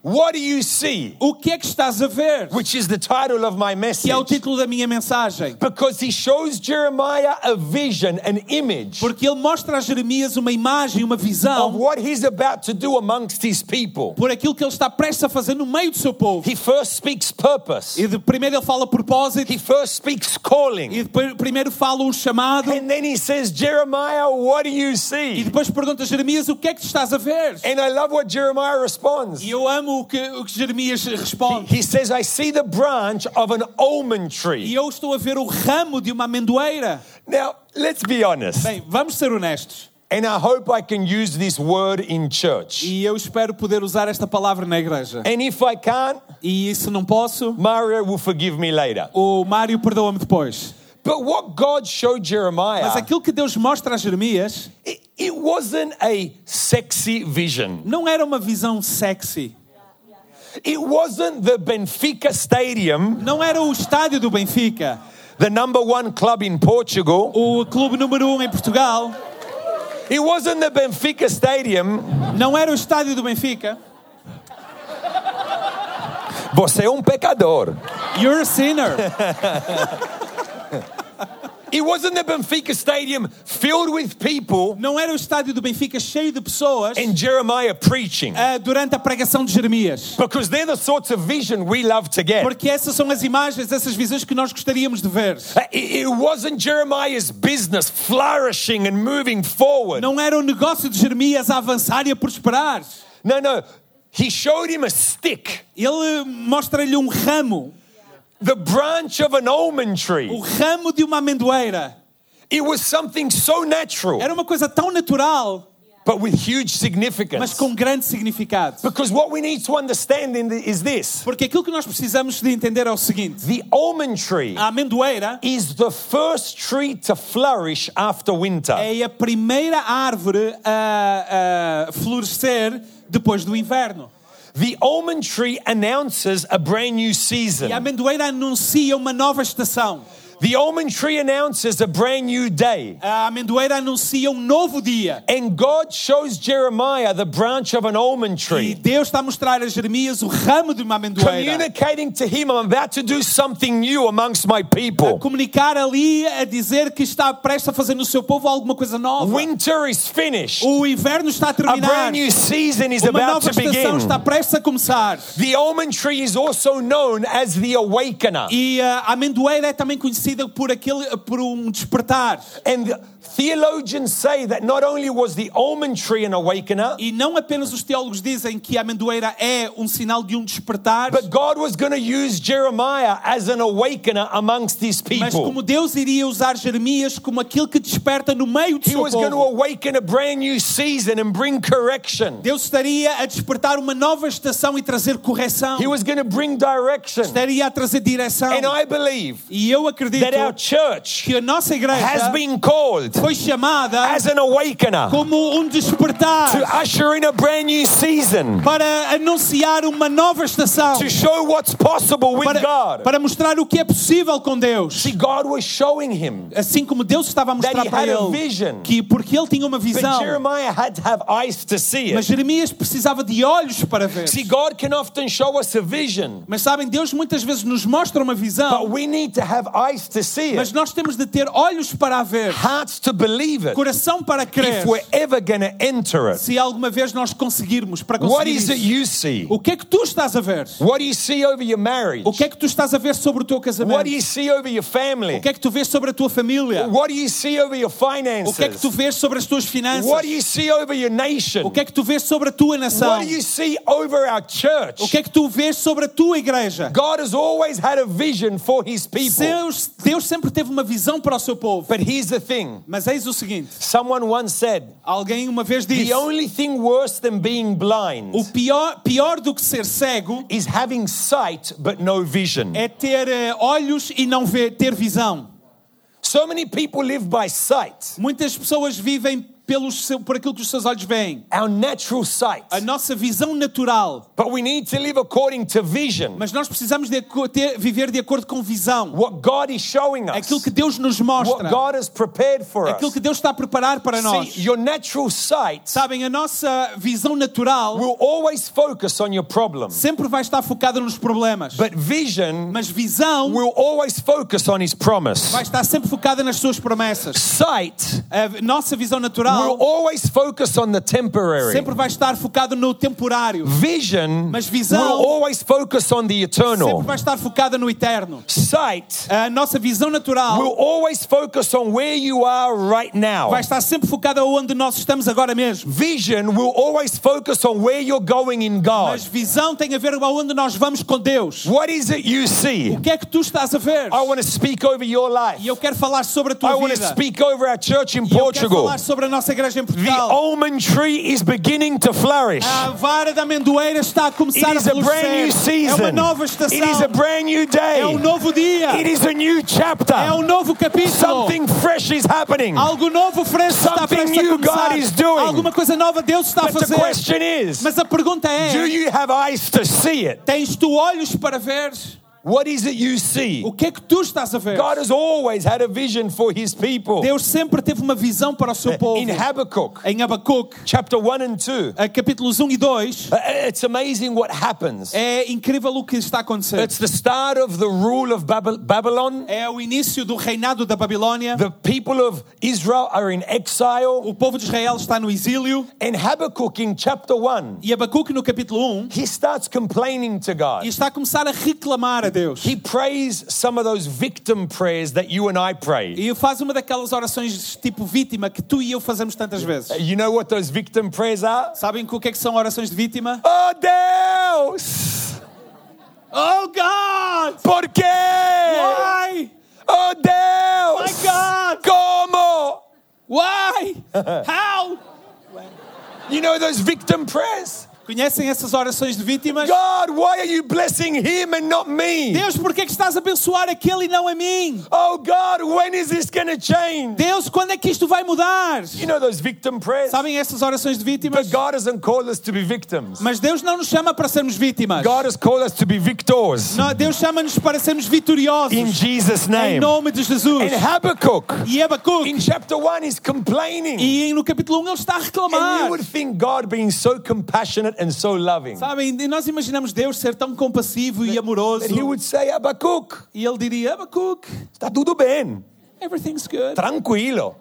Speaker 2: What do you see?
Speaker 3: O que é que estás a ver?
Speaker 2: Which is the title of my
Speaker 3: Que é o
Speaker 2: message.
Speaker 3: título da minha mensagem.
Speaker 2: Because he shows Jeremiah a vision, an image
Speaker 3: Porque ele mostra a Jeremias uma imagem, uma
Speaker 2: of
Speaker 3: visão
Speaker 2: what he's about to do amongst his people.
Speaker 3: por aquilo que ele está prestes a fazer no meio do seu povo.
Speaker 2: He first speaks purpose,
Speaker 3: E de, primeiro ele fala propósito,
Speaker 2: he first speaks calling.
Speaker 3: e depois, primeiro fala o chamado,
Speaker 2: And then he says, Jeremiah, what do you
Speaker 3: e
Speaker 2: see?
Speaker 3: depois pergunta a Jeremias o que é que tu estás a ver?
Speaker 2: And I love what Jeremiah responds.
Speaker 3: E eu amo o que, o que Jeremias responde.
Speaker 2: He says, I see the branch of an almond
Speaker 3: E
Speaker 2: tree.
Speaker 3: eu estou a ver o ramo de uma amendoeira.
Speaker 2: Now, let's be honest.
Speaker 3: Bem, vamos ser honestos.
Speaker 2: And I hope I can use this word in church.
Speaker 3: E eu espero poder usar esta palavra na igreja.
Speaker 2: And if I can't,
Speaker 3: E se não posso,
Speaker 2: Mario will forgive me later.
Speaker 3: o Mário perdoa-me depois.
Speaker 2: But what God showed
Speaker 3: Mas
Speaker 2: Jeremiah,
Speaker 3: aquilo que Deus mostra a Jeremias
Speaker 2: it, it wasn't a sexy vision.
Speaker 3: não era uma visão sexy.
Speaker 2: It wasn't the Benfica Stadium,
Speaker 3: Não era o estádio do Benfica,
Speaker 2: the number one club in Portugal.
Speaker 3: o clube número um em Portugal.
Speaker 2: It wasn't the Benfica Stadium.
Speaker 3: Não era o estádio do Benfica.
Speaker 2: Você é um pecador.
Speaker 3: You're a sinner.
Speaker 2: It wasn't the Benfica Stadium filled with people
Speaker 3: Não era o estádio do Benfica cheio de pessoas
Speaker 2: and Jeremiah preaching.
Speaker 3: ah, durante a pregação de Jeremias.
Speaker 2: Because they're the sorts of vision we love to get.
Speaker 3: Porque essas são as imagens, essas visões que nós gostaríamos de ver.
Speaker 2: Uh, It it wasn't Jeremiah's business flourishing and moving forward.
Speaker 3: Não era o negócio de Jeremias a avançar e a prosperar.
Speaker 2: no. no. He showed him a stick,
Speaker 3: Ele mostra-lhe um ramo,
Speaker 2: the branch of an almond
Speaker 3: o
Speaker 2: tree.
Speaker 3: ramo de uma amendoeira.
Speaker 2: It was something so natural,
Speaker 3: Era uma coisa tão natural,
Speaker 2: but with huge
Speaker 3: mas
Speaker 2: significance.
Speaker 3: com grande significado.
Speaker 2: Because what we need to understand in the, is this
Speaker 3: Porque aquilo que nós precisamos de entender é o seguinte:
Speaker 2: the almond tree
Speaker 3: a amendoeira
Speaker 2: is the first tree to flourish after winter.
Speaker 3: é a primeira árvore a, a florescer depois do inverno.
Speaker 2: The almond tree announces a brand new
Speaker 3: E a
Speaker 2: season.
Speaker 3: amendoeira anuncia uma nova estação.
Speaker 2: The almond tree announces a brand new day.
Speaker 3: A amendoeira anuncia um novo dia.
Speaker 2: And God shows Jeremiah the branch of an almond
Speaker 3: E
Speaker 2: tree,
Speaker 3: Deus está a mostrar a Jeremias o ramo de uma amendoeira.
Speaker 2: communicating to him, I'm about to do something new amongst my
Speaker 3: A
Speaker 2: people.
Speaker 3: comunicar ali, a dizer que está prestes a fazer no seu povo alguma coisa nova.
Speaker 2: Winter is finished.
Speaker 3: O inverno está a
Speaker 2: A
Speaker 3: terminar.
Speaker 2: brand new season is
Speaker 3: Uma
Speaker 2: about
Speaker 3: nova
Speaker 2: to
Speaker 3: estação
Speaker 2: begin.
Speaker 3: está prestes a começar.
Speaker 2: The almond tree is also known as the awakener.
Speaker 3: E ah, a amendoeira é também conhecida por, aquele, por um despertar.
Speaker 2: And the theologians say that not only was the almond tree an awakener,
Speaker 3: E não apenas os teólogos dizem que a amendoeira é um sinal de um despertar,
Speaker 2: but God was going to use Jeremiah as an awakener amongst his
Speaker 3: mas
Speaker 2: people.
Speaker 3: como Deus iria usar Jeremias como aquele que desperta no meio do
Speaker 2: He
Speaker 3: seu
Speaker 2: was going to
Speaker 3: povo.
Speaker 2: awaken a brand new season and bring correction.
Speaker 3: Deus estaria a despertar uma nova estação e trazer correção.
Speaker 2: He was going to bring direction.
Speaker 3: Estaria a trazer direção.
Speaker 2: And I believe
Speaker 3: E eu acredito
Speaker 2: that our church
Speaker 3: que a nossa igreja
Speaker 2: has been called
Speaker 3: foi chamada
Speaker 2: as an awakener to
Speaker 3: como um despertar
Speaker 2: usher in a brand new season,
Speaker 3: para anunciar uma nova estação.
Speaker 2: to show what's possible with
Speaker 3: Para,
Speaker 2: God.
Speaker 3: para mostrar o que é possível com Deus.
Speaker 2: See, God was showing him.
Speaker 3: Assim como Deus estava a
Speaker 2: That
Speaker 3: mostrar
Speaker 2: he
Speaker 3: para
Speaker 2: had a
Speaker 3: ele
Speaker 2: vision.
Speaker 3: que porque ele tinha uma
Speaker 2: But
Speaker 3: visão,
Speaker 2: Jeremiah had to have eyes to see
Speaker 3: mas
Speaker 2: it.
Speaker 3: Jeremias precisava de olhos para ver.
Speaker 2: See, God can often show us a vision,
Speaker 3: Mas sabem, Deus muitas vezes nos mostra uma
Speaker 2: but
Speaker 3: visão,
Speaker 2: we need to have eyes to see
Speaker 3: mas
Speaker 2: it,
Speaker 3: nós temos de ter olhos para a ver,
Speaker 2: hearts to believe it,
Speaker 3: coração para crer.
Speaker 2: if we're ever going to enter it.
Speaker 3: Se alguma vez nós conseguirmos para
Speaker 2: What
Speaker 3: conseguir
Speaker 2: is it
Speaker 3: isso,
Speaker 2: you see?
Speaker 3: o que é que tu estás a ver?
Speaker 2: What do you see over your marriage?
Speaker 3: O que é que tu estás a ver sobre o teu
Speaker 2: What do
Speaker 3: casamento?
Speaker 2: you see over your family?
Speaker 3: O que é que tu vês sobre a tua família?
Speaker 2: What do you see over your
Speaker 3: O que é que
Speaker 2: finances?
Speaker 3: tu vês sobre as tuas
Speaker 2: What do
Speaker 3: finanças?
Speaker 2: you see over your nation?
Speaker 3: O que é que tu vês sobre a tua nação?
Speaker 2: What do you see over our church?
Speaker 3: O que é que tu vês sobre a tua igreja?
Speaker 2: God has always had a vision for his people.
Speaker 3: Deus, Deus sempre teve uma visão para o seu povo.
Speaker 2: But here's the thing
Speaker 3: Mas eis o seguinte:
Speaker 2: someone once said,
Speaker 3: alguém uma vez disse:
Speaker 2: The only thing worse than being blind
Speaker 3: o pior, pior do que ser cego
Speaker 2: is having sight but no vision.
Speaker 3: é ter eh, olhos e não ver, ter visão.
Speaker 2: So many people live by sight,
Speaker 3: Muitas pessoas vivem pelos seu, por aquilo que os seus olhos veem.
Speaker 2: our natural sight.
Speaker 3: A nossa visão natural.
Speaker 2: But we need to live according to vision,
Speaker 3: Mas nós precisamos de aco- ter- viver de acordo com visão.
Speaker 2: what God is showing us,
Speaker 3: Aquilo que Deus nos
Speaker 2: what
Speaker 3: mostra.
Speaker 2: God has prepared for
Speaker 3: Aquilo
Speaker 2: us.
Speaker 3: que Deus está a preparar para nós.
Speaker 2: See, your natural sight
Speaker 3: Sabem, a nossa visão natural
Speaker 2: will always focus on your problem,
Speaker 3: sempre vai estar focada nos problemas.
Speaker 2: but vision
Speaker 3: Mas visão
Speaker 2: will always focus on His promise.
Speaker 3: vai estar sempre focada nas suas promessas.
Speaker 2: Sight
Speaker 3: A nossa visão
Speaker 2: will
Speaker 3: natural
Speaker 2: always focus on the temporary.
Speaker 3: sempre vai estar focada no temporário,
Speaker 2: Vision
Speaker 3: Mas visão-
Speaker 2: will always focus on the
Speaker 3: sempre
Speaker 2: eternal.
Speaker 3: vai estar focada no eterno.
Speaker 2: Sight
Speaker 3: A nossa visão
Speaker 2: will
Speaker 3: natural
Speaker 2: always focus on where you are right
Speaker 3: vai
Speaker 2: now.
Speaker 3: estar sempre focada onde nós estamos agora mesmo.
Speaker 2: Vision will always focus on where you're going in God.
Speaker 3: Mas visão tem a ver com onde nós vamos com Deus.
Speaker 2: What is it you see?
Speaker 3: O que é que tu estás a ver?
Speaker 2: I want to speak over your life.
Speaker 3: E eu quero falar sobre a
Speaker 2: I
Speaker 3: tua
Speaker 2: want to
Speaker 3: vida.
Speaker 2: speak over our church in
Speaker 3: E eu quero
Speaker 2: Portugal.
Speaker 3: falar sobre a nossa igreja em
Speaker 2: The
Speaker 3: Portugal.
Speaker 2: almond tree is beginning to flourish.
Speaker 3: A vara da amendoeira está a
Speaker 2: It
Speaker 3: começar a
Speaker 2: is a brand new
Speaker 3: florescer. É uma
Speaker 2: season.
Speaker 3: nova
Speaker 2: It is a
Speaker 3: estação.
Speaker 2: brand new
Speaker 3: É um
Speaker 2: day.
Speaker 3: novo dia.
Speaker 2: It is a new
Speaker 3: É um
Speaker 2: chapter.
Speaker 3: novo capítulo.
Speaker 2: Something fresh is happening.
Speaker 3: Algo novo fresco está
Speaker 2: Something
Speaker 3: prestes a
Speaker 2: new
Speaker 3: começar.
Speaker 2: God is doing.
Speaker 3: Alguma coisa nova Deus está a
Speaker 2: But the
Speaker 3: fazer.
Speaker 2: question is
Speaker 3: Mas a
Speaker 2: do
Speaker 3: pergunta é:
Speaker 2: you have eyes to see it?
Speaker 3: tens tu olhos para ver?
Speaker 2: What is it you see?
Speaker 3: O que é que tu estás a ver?
Speaker 2: God has always had a vision for his people. Uh,
Speaker 3: Deus sempre teve uma visão para o seu povo.
Speaker 2: Eh, In Habakkuk,
Speaker 3: Em Abacuc,
Speaker 2: chapter 1 and 2,
Speaker 3: a capítulos 1 e 2,
Speaker 2: uh, it's amazing what happens.
Speaker 3: é incrível o que está a acontecer.
Speaker 2: It's the start of the rule of Bab- Babylon.
Speaker 3: É o início do reinado da Babilônia.
Speaker 2: The people of Israel are in exile.
Speaker 3: O povo de Israel está no exílio.
Speaker 2: And Habakkuk, in chapter 1,
Speaker 3: E Abacuc, no capítulo 1,
Speaker 2: he starts complaining to God.
Speaker 3: e está a começar a reclamar a Deus.
Speaker 2: He prays some of those victim prayers that you and I pray.
Speaker 3: E faz uma daquelas orações tipo vítima que tu e eu fazemos tantas vezes.
Speaker 2: You know what those victim prayers are?
Speaker 3: Sabem o que é que são orações de vítima?
Speaker 2: Oh, Deus!
Speaker 3: Oh God!
Speaker 2: Por quê?
Speaker 3: Why?
Speaker 2: Oh Deus!
Speaker 3: My God!
Speaker 2: Como?
Speaker 3: Why? How?
Speaker 2: You know those victim prayers?
Speaker 3: Conhecem essas orações de vítimas?
Speaker 2: God, why are you blessing him and not me?
Speaker 3: Deus, porquê é que estás a abençoar aquele e não a mim?
Speaker 2: Oh God, when is this going to change?
Speaker 3: Deus, quando é que isto vai mudar?
Speaker 2: You know those victim prayers?
Speaker 3: Sabem essas orações de vítimas?
Speaker 2: But God doesn't call us to be victims.
Speaker 3: Mas Deus não nos chama para sermos vítimas.
Speaker 2: God has called us to be victors
Speaker 3: Não, Deus chama-nos para sermos
Speaker 2: in
Speaker 3: vitoriosos.
Speaker 2: Jesus'
Speaker 3: Em
Speaker 2: name.
Speaker 3: nome de Jesus.
Speaker 2: And Habakkuk,
Speaker 3: E Abacuque.
Speaker 2: in chapter 1, is complaining.
Speaker 3: E no capítulo 1 ele está a
Speaker 2: And
Speaker 3: reclamar.
Speaker 2: you would think God being so compassionate and so loving
Speaker 3: Sabem, e nós imaginamos Deus ser tão compassivo e amoroso.
Speaker 2: that He would say, Habakkuk,
Speaker 3: E ele diria, Abacuque,
Speaker 2: está tudo bem,
Speaker 3: everything's good,
Speaker 2: tranquilo.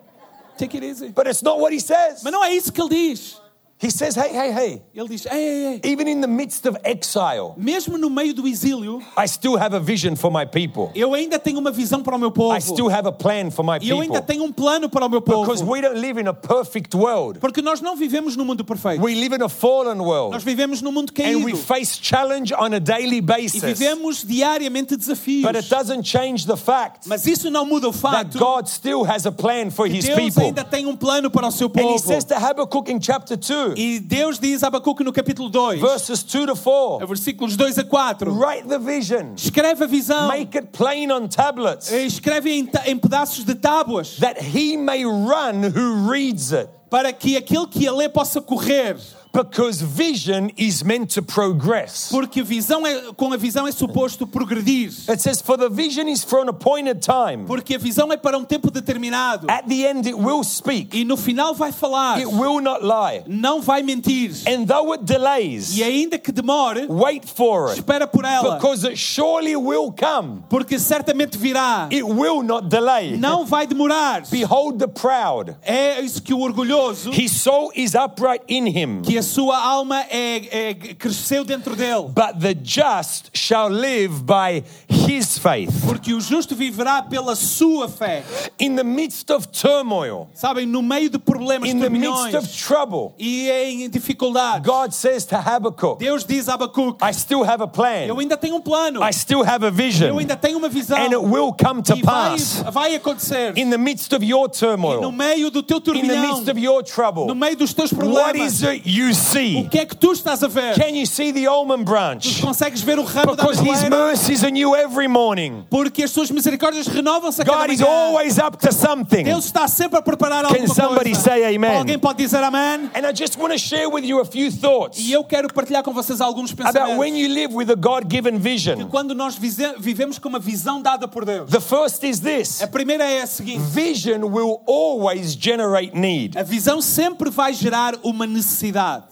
Speaker 3: take it easy.
Speaker 2: But it's not what He says.
Speaker 3: Mas não é isso que ele diz.
Speaker 2: He says, hey, hey, hey,
Speaker 3: Ele diz, ei, ei, ei.
Speaker 2: even in the midst of exile,
Speaker 3: Mesmo no meio do exílio,
Speaker 2: I still have a vision for my people.
Speaker 3: eu ainda tenho uma visão para o meu povo.
Speaker 2: I still have a plan for my
Speaker 3: E eu ainda
Speaker 2: people.
Speaker 3: tenho um plano para o meu
Speaker 2: Because
Speaker 3: povo.
Speaker 2: we don't live in a perfect world.
Speaker 3: Porque nós não vivemos num mundo perfeito.
Speaker 2: We live in a fallen
Speaker 3: Nós
Speaker 2: world.
Speaker 3: vivemos num mundo
Speaker 2: And we
Speaker 3: caído.
Speaker 2: face challenge on a daily
Speaker 3: E
Speaker 2: basis.
Speaker 3: vivemos diariamente desafios.
Speaker 2: But it doesn't change the fact
Speaker 3: Mas isso não muda o
Speaker 2: that
Speaker 3: fato
Speaker 2: God still has a plan for
Speaker 3: que
Speaker 2: His
Speaker 3: Deus
Speaker 2: people.
Speaker 3: ainda tem um plano para o seu
Speaker 2: And He
Speaker 3: povo.
Speaker 2: says to Habakkuk in chapter 2,
Speaker 3: E Deus diz a Abacuque no capítulo 2,
Speaker 2: verses 2 to 4.
Speaker 3: versículos 2 a 4.
Speaker 2: Write the vision,
Speaker 3: Escreve a visão.
Speaker 2: make it plain on tablets,
Speaker 3: Escreve em, ta- em pedaços de tábuas
Speaker 2: that he may run who reads it.
Speaker 3: para que aquele que a lê possa correr.
Speaker 2: Because vision is meant to progress.
Speaker 3: Porque visão é, com a visão é suposto progredir.
Speaker 2: It says, For the vision is for an appointed time.
Speaker 3: Porque a visão é para um tempo determinado.
Speaker 2: At the end, it will speak,
Speaker 3: E no final vai falar.
Speaker 2: it will not lie.
Speaker 3: Não vai mentir.
Speaker 2: And though it delays,
Speaker 3: E ainda que demore,
Speaker 2: wait for it.
Speaker 3: espera por ela.
Speaker 2: Because it surely will come.
Speaker 3: Porque certamente virá.
Speaker 2: It will not delay.
Speaker 3: Não vai demorar.
Speaker 2: Behold the proud.
Speaker 3: É isso que o orgulhoso,
Speaker 2: His soul is upright in him.
Speaker 3: que a sua alma é, é- cresceu dentro dele.
Speaker 2: But the just shall live by his faith.
Speaker 3: Porque o justo viverá pela sua fé.
Speaker 2: In the midst of turmoil,
Speaker 3: Sabem, no meio de problemas,
Speaker 2: in the midst of
Speaker 3: turbilhões
Speaker 2: trouble,
Speaker 3: e em dificuldades.
Speaker 2: God says to Habakkuk,
Speaker 3: Deus diz a Abacuque,
Speaker 2: I still have a
Speaker 3: eu
Speaker 2: plan.
Speaker 3: ainda tenho um plano.
Speaker 2: I still have a
Speaker 3: Eu
Speaker 2: vision.
Speaker 3: ainda tenho uma visão.
Speaker 2: And it will come to
Speaker 3: E vai,
Speaker 2: pass.
Speaker 3: vai acontecer.
Speaker 2: In the midst of your
Speaker 3: No
Speaker 2: turmoil,
Speaker 3: meio do teu
Speaker 2: in the
Speaker 3: turbilhão,
Speaker 2: midst of your
Speaker 3: no
Speaker 2: trouble,
Speaker 3: meio dos teus
Speaker 2: what
Speaker 3: problemas,
Speaker 2: is it you
Speaker 3: o
Speaker 2: see?
Speaker 3: que é que tu estás a ver?
Speaker 2: Can you see the almond
Speaker 3: Tu
Speaker 2: branch?
Speaker 3: consegues ver o ramo da
Speaker 2: Because his
Speaker 3: oliveira?
Speaker 2: mercies are new every morning.
Speaker 3: Porque as suas misericórdias renovam-se a cada
Speaker 2: God is
Speaker 3: manhã.
Speaker 2: always up to something.
Speaker 3: Deus está sempre a preparar alguma
Speaker 2: somebody
Speaker 3: coisa.
Speaker 2: say amen?
Speaker 3: Alguém pode dizer amém?
Speaker 2: And I just want to share with you a few thoughts.
Speaker 3: E eu quero partilhar com vocês alguns
Speaker 2: about when
Speaker 3: pensamentos.
Speaker 2: you live with a God given vision.
Speaker 3: Quando nós vise- vivemos com uma visão dada por Deus.
Speaker 2: The first is
Speaker 3: A
Speaker 2: this
Speaker 3: primeira é a seguinte.
Speaker 2: vision will always generate need.
Speaker 3: A visão sempre vai gerar uma necessidade.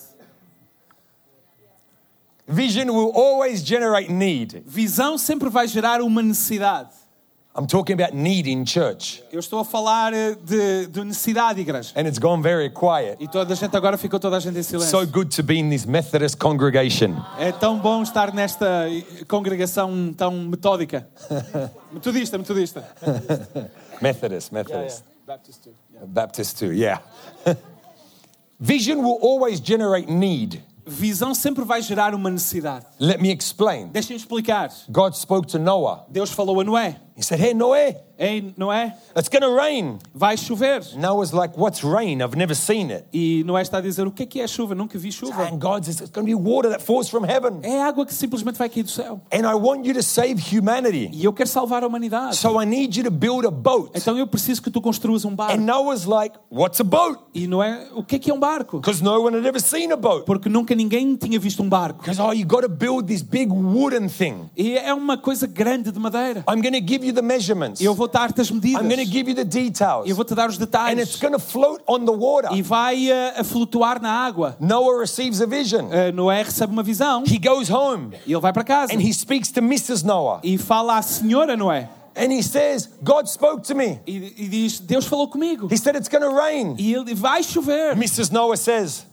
Speaker 2: Vision will always generate need.
Speaker 3: Visão sempre vai gerar uma necessidade.
Speaker 2: I'm talking about need in church,
Speaker 3: Eu estou a falar eh, de, de necessidade, igreja.
Speaker 2: and it's gone very quiet.
Speaker 3: E toda a gente agora ficou toda a gente em silêncio.
Speaker 2: So good to be in this Methodist congregation.
Speaker 3: É tão bom estar nesta eh, congregação tão metódica. metodista, metodista.
Speaker 2: Methodist, Methodist. Baptist too, yeah. vision will always generate need.
Speaker 3: Visão sempre vai gerar uma necessidade.
Speaker 2: Let me explain.
Speaker 3: Deixem-me explicar.
Speaker 2: God spoke to Noah.
Speaker 3: Deus falou a Noé.
Speaker 2: He said, Hey, Noah,
Speaker 3: Ei, Noé,
Speaker 2: it's going to rain.
Speaker 3: vai chover.
Speaker 2: Noah's like, What's rain? I've never seen it.
Speaker 3: E Noé está a dizer, o que é que é chuva? Nunca vi chuva.
Speaker 2: And God says, it's going to be water that falls from heaven.
Speaker 3: É água que simplesmente vai cair do céu.
Speaker 2: And I want you to save humanity.
Speaker 3: E eu quero salvar a humanidade.
Speaker 2: So I need you to build a boat.
Speaker 3: Então eu preciso que tu construas um barco.
Speaker 2: And Noah's like, What's a boat?
Speaker 3: E Noé, o que é que é um barco?
Speaker 2: Because no one had ever seen a boat.
Speaker 3: Porque nunca ninguém tinha visto um barco.
Speaker 2: Because, oh, you got to build this big wooden thing.
Speaker 3: E é uma coisa grande de madeira.
Speaker 2: I'm going to give you the measurements,
Speaker 3: Eu vou dar-te as medidas.
Speaker 2: I'm going to give you the details.
Speaker 3: Eu vou-te dar os
Speaker 2: And it's
Speaker 3: detalhes.
Speaker 2: going to float on the water.
Speaker 3: E vai eh, a flutuar na água.
Speaker 2: Noah receives a vision.
Speaker 3: Eh, Noé recebe uma visão
Speaker 2: He goes home
Speaker 3: e ele vai para casa.
Speaker 2: and he speaks to Mrs. Noah.
Speaker 3: E fala à senhora Noé.
Speaker 2: And he says, God spoke to me.
Speaker 3: E, e diz, Deus falou comigo.
Speaker 2: He said, It's going to rain.
Speaker 3: E ele vai chover.
Speaker 2: Mrs. Noah says,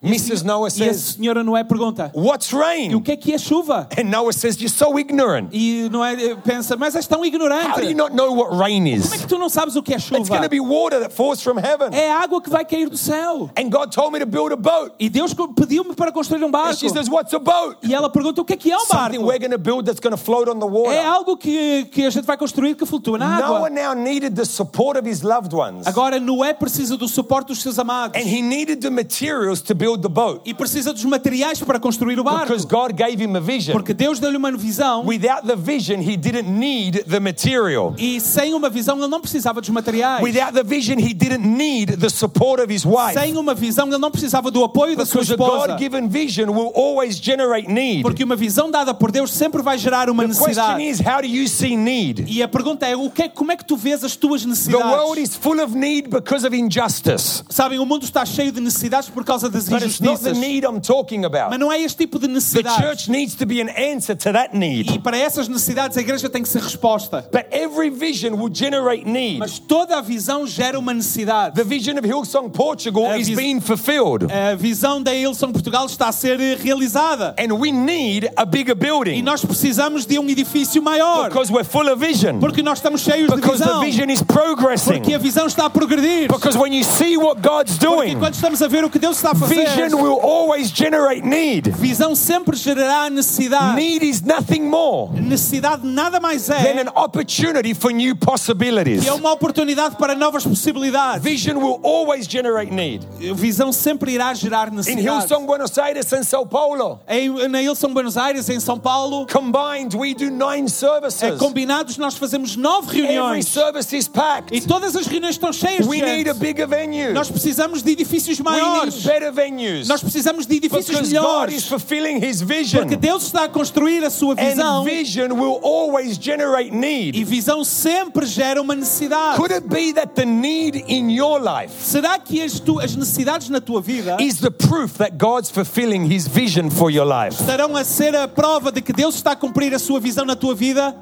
Speaker 2: Mrs. Noah
Speaker 3: E a
Speaker 2: says,
Speaker 3: senhora Noé pergunta,
Speaker 2: What's rain?
Speaker 3: e o que é que é chuva?
Speaker 2: And Noah says, You're so ignorant.
Speaker 3: E Noé eh, pensa, mas és tão ignorante.
Speaker 2: How do you
Speaker 3: Como
Speaker 2: not know what rain
Speaker 3: é
Speaker 2: is?
Speaker 3: que tu não sabes o que é
Speaker 2: It's
Speaker 3: chuva?
Speaker 2: going to be water that falls from heaven.
Speaker 3: É água que vai cair do céu.
Speaker 2: And God told me to build a boat.
Speaker 3: E Deus co- pediu-me para construir um
Speaker 2: And
Speaker 3: barco.
Speaker 2: she says, What's a boat?
Speaker 3: E ela pergunta, o que é que é um
Speaker 2: Something
Speaker 3: barco?
Speaker 2: we're going to build that's going to float on the
Speaker 3: É
Speaker 2: water.
Speaker 3: algo que, que a gente vai construir que flutua na água.
Speaker 2: Noah now needed the support of his loved ones. É
Speaker 3: Agora Noé precisa do suporte dos seus amados.
Speaker 2: And he needed the materials to build the boat
Speaker 3: e precisa dos materiais para construir o barco.
Speaker 2: because God gave him a vision.
Speaker 3: Porque Deus deu-lhe uma visão
Speaker 2: Without the vision, he didn't need the material.
Speaker 3: e sem uma visão ele não precisava dos materiais.
Speaker 2: Without the vision, he didn't need the support of his wife.
Speaker 3: Sem uma visão ele não precisava do apoio da sua
Speaker 2: Because a
Speaker 3: esposa.
Speaker 2: God given vision will always generate need.
Speaker 3: Porque uma visão dada por Deus sempre vai gerar uma
Speaker 2: The question
Speaker 3: necessidade.
Speaker 2: is, how do you see need?
Speaker 3: E a pergunta é, o que é- como é que tu vês as tuas
Speaker 2: The world
Speaker 3: necessidades?
Speaker 2: is full of need because of injustice.
Speaker 3: Sabem, o mundo está cheio de necessidades por causa das
Speaker 2: But it's not the
Speaker 3: injustiças.
Speaker 2: need I'm talking
Speaker 3: Mas
Speaker 2: about.
Speaker 3: não é este tipo de
Speaker 2: The
Speaker 3: necessidade.
Speaker 2: church needs to be an answer to that
Speaker 3: E
Speaker 2: need.
Speaker 3: para essas necessidades a igreja tem que ser resposta.
Speaker 2: But every vision will generate need.
Speaker 3: Mas toda a visão gera uma necessidade.
Speaker 2: The vision of Hillsong Portugal
Speaker 3: A
Speaker 2: is
Speaker 3: vis-
Speaker 2: being fulfilled.
Speaker 3: A visão da Ilson Portugal está a ser eh, realizada.
Speaker 2: And we need a bigger
Speaker 3: E
Speaker 2: building
Speaker 3: nós precisamos de um edifício maior.
Speaker 2: because we're full of vision.
Speaker 3: Porque nós estamos cheios de
Speaker 2: Because the
Speaker 3: visão.
Speaker 2: vision is progressing.
Speaker 3: Porque a visão está a progredir.
Speaker 2: Because when you see what God's
Speaker 3: Porque
Speaker 2: doing,
Speaker 3: quando estamos a ver o que Deus está a fazer,
Speaker 2: vision will always generate need.
Speaker 3: visão sempre gerará a necessidade.
Speaker 2: Need is nothing more
Speaker 3: Necessidade nada mais
Speaker 2: than
Speaker 3: é
Speaker 2: an opportunity for new possibilities.
Speaker 3: que é uma oportunidade para novas possibilidades.
Speaker 2: Vision will always generate need.
Speaker 3: Visão sempre irá gerar
Speaker 2: In
Speaker 3: necessidade.
Speaker 2: Hillsong, Buenos Aires, and Sao Paulo,
Speaker 3: Em, na Ilson Buenos Aires, em São Paulo,
Speaker 2: combined, we do nine
Speaker 3: é,
Speaker 2: services.
Speaker 3: combinados nós fazemos nove
Speaker 2: Every
Speaker 3: reuniões.
Speaker 2: service is packed.
Speaker 3: E todas as reuniões estão cheias de
Speaker 2: We need a
Speaker 3: gente.
Speaker 2: bigger venue.
Speaker 3: Nós precisamos de edifícios
Speaker 2: We
Speaker 3: maiores.
Speaker 2: need better venues.
Speaker 3: Nós precisamos de edifícios
Speaker 2: Because God is
Speaker 3: melhores.
Speaker 2: fulfilling His
Speaker 3: Porque
Speaker 2: vision.
Speaker 3: Deus está a construir a sua visão.
Speaker 2: And vision will always generate
Speaker 3: E
Speaker 2: need.
Speaker 3: visão sempre gera uma necessidade.
Speaker 2: Could it be that the need in your life
Speaker 3: Será que as, tu, as necessidades na tua vida
Speaker 2: is the proof that God's fulfilling His vision for your life?
Speaker 3: estarão a ser a prova de que Deus está a cumprir a sua visão na tua vida?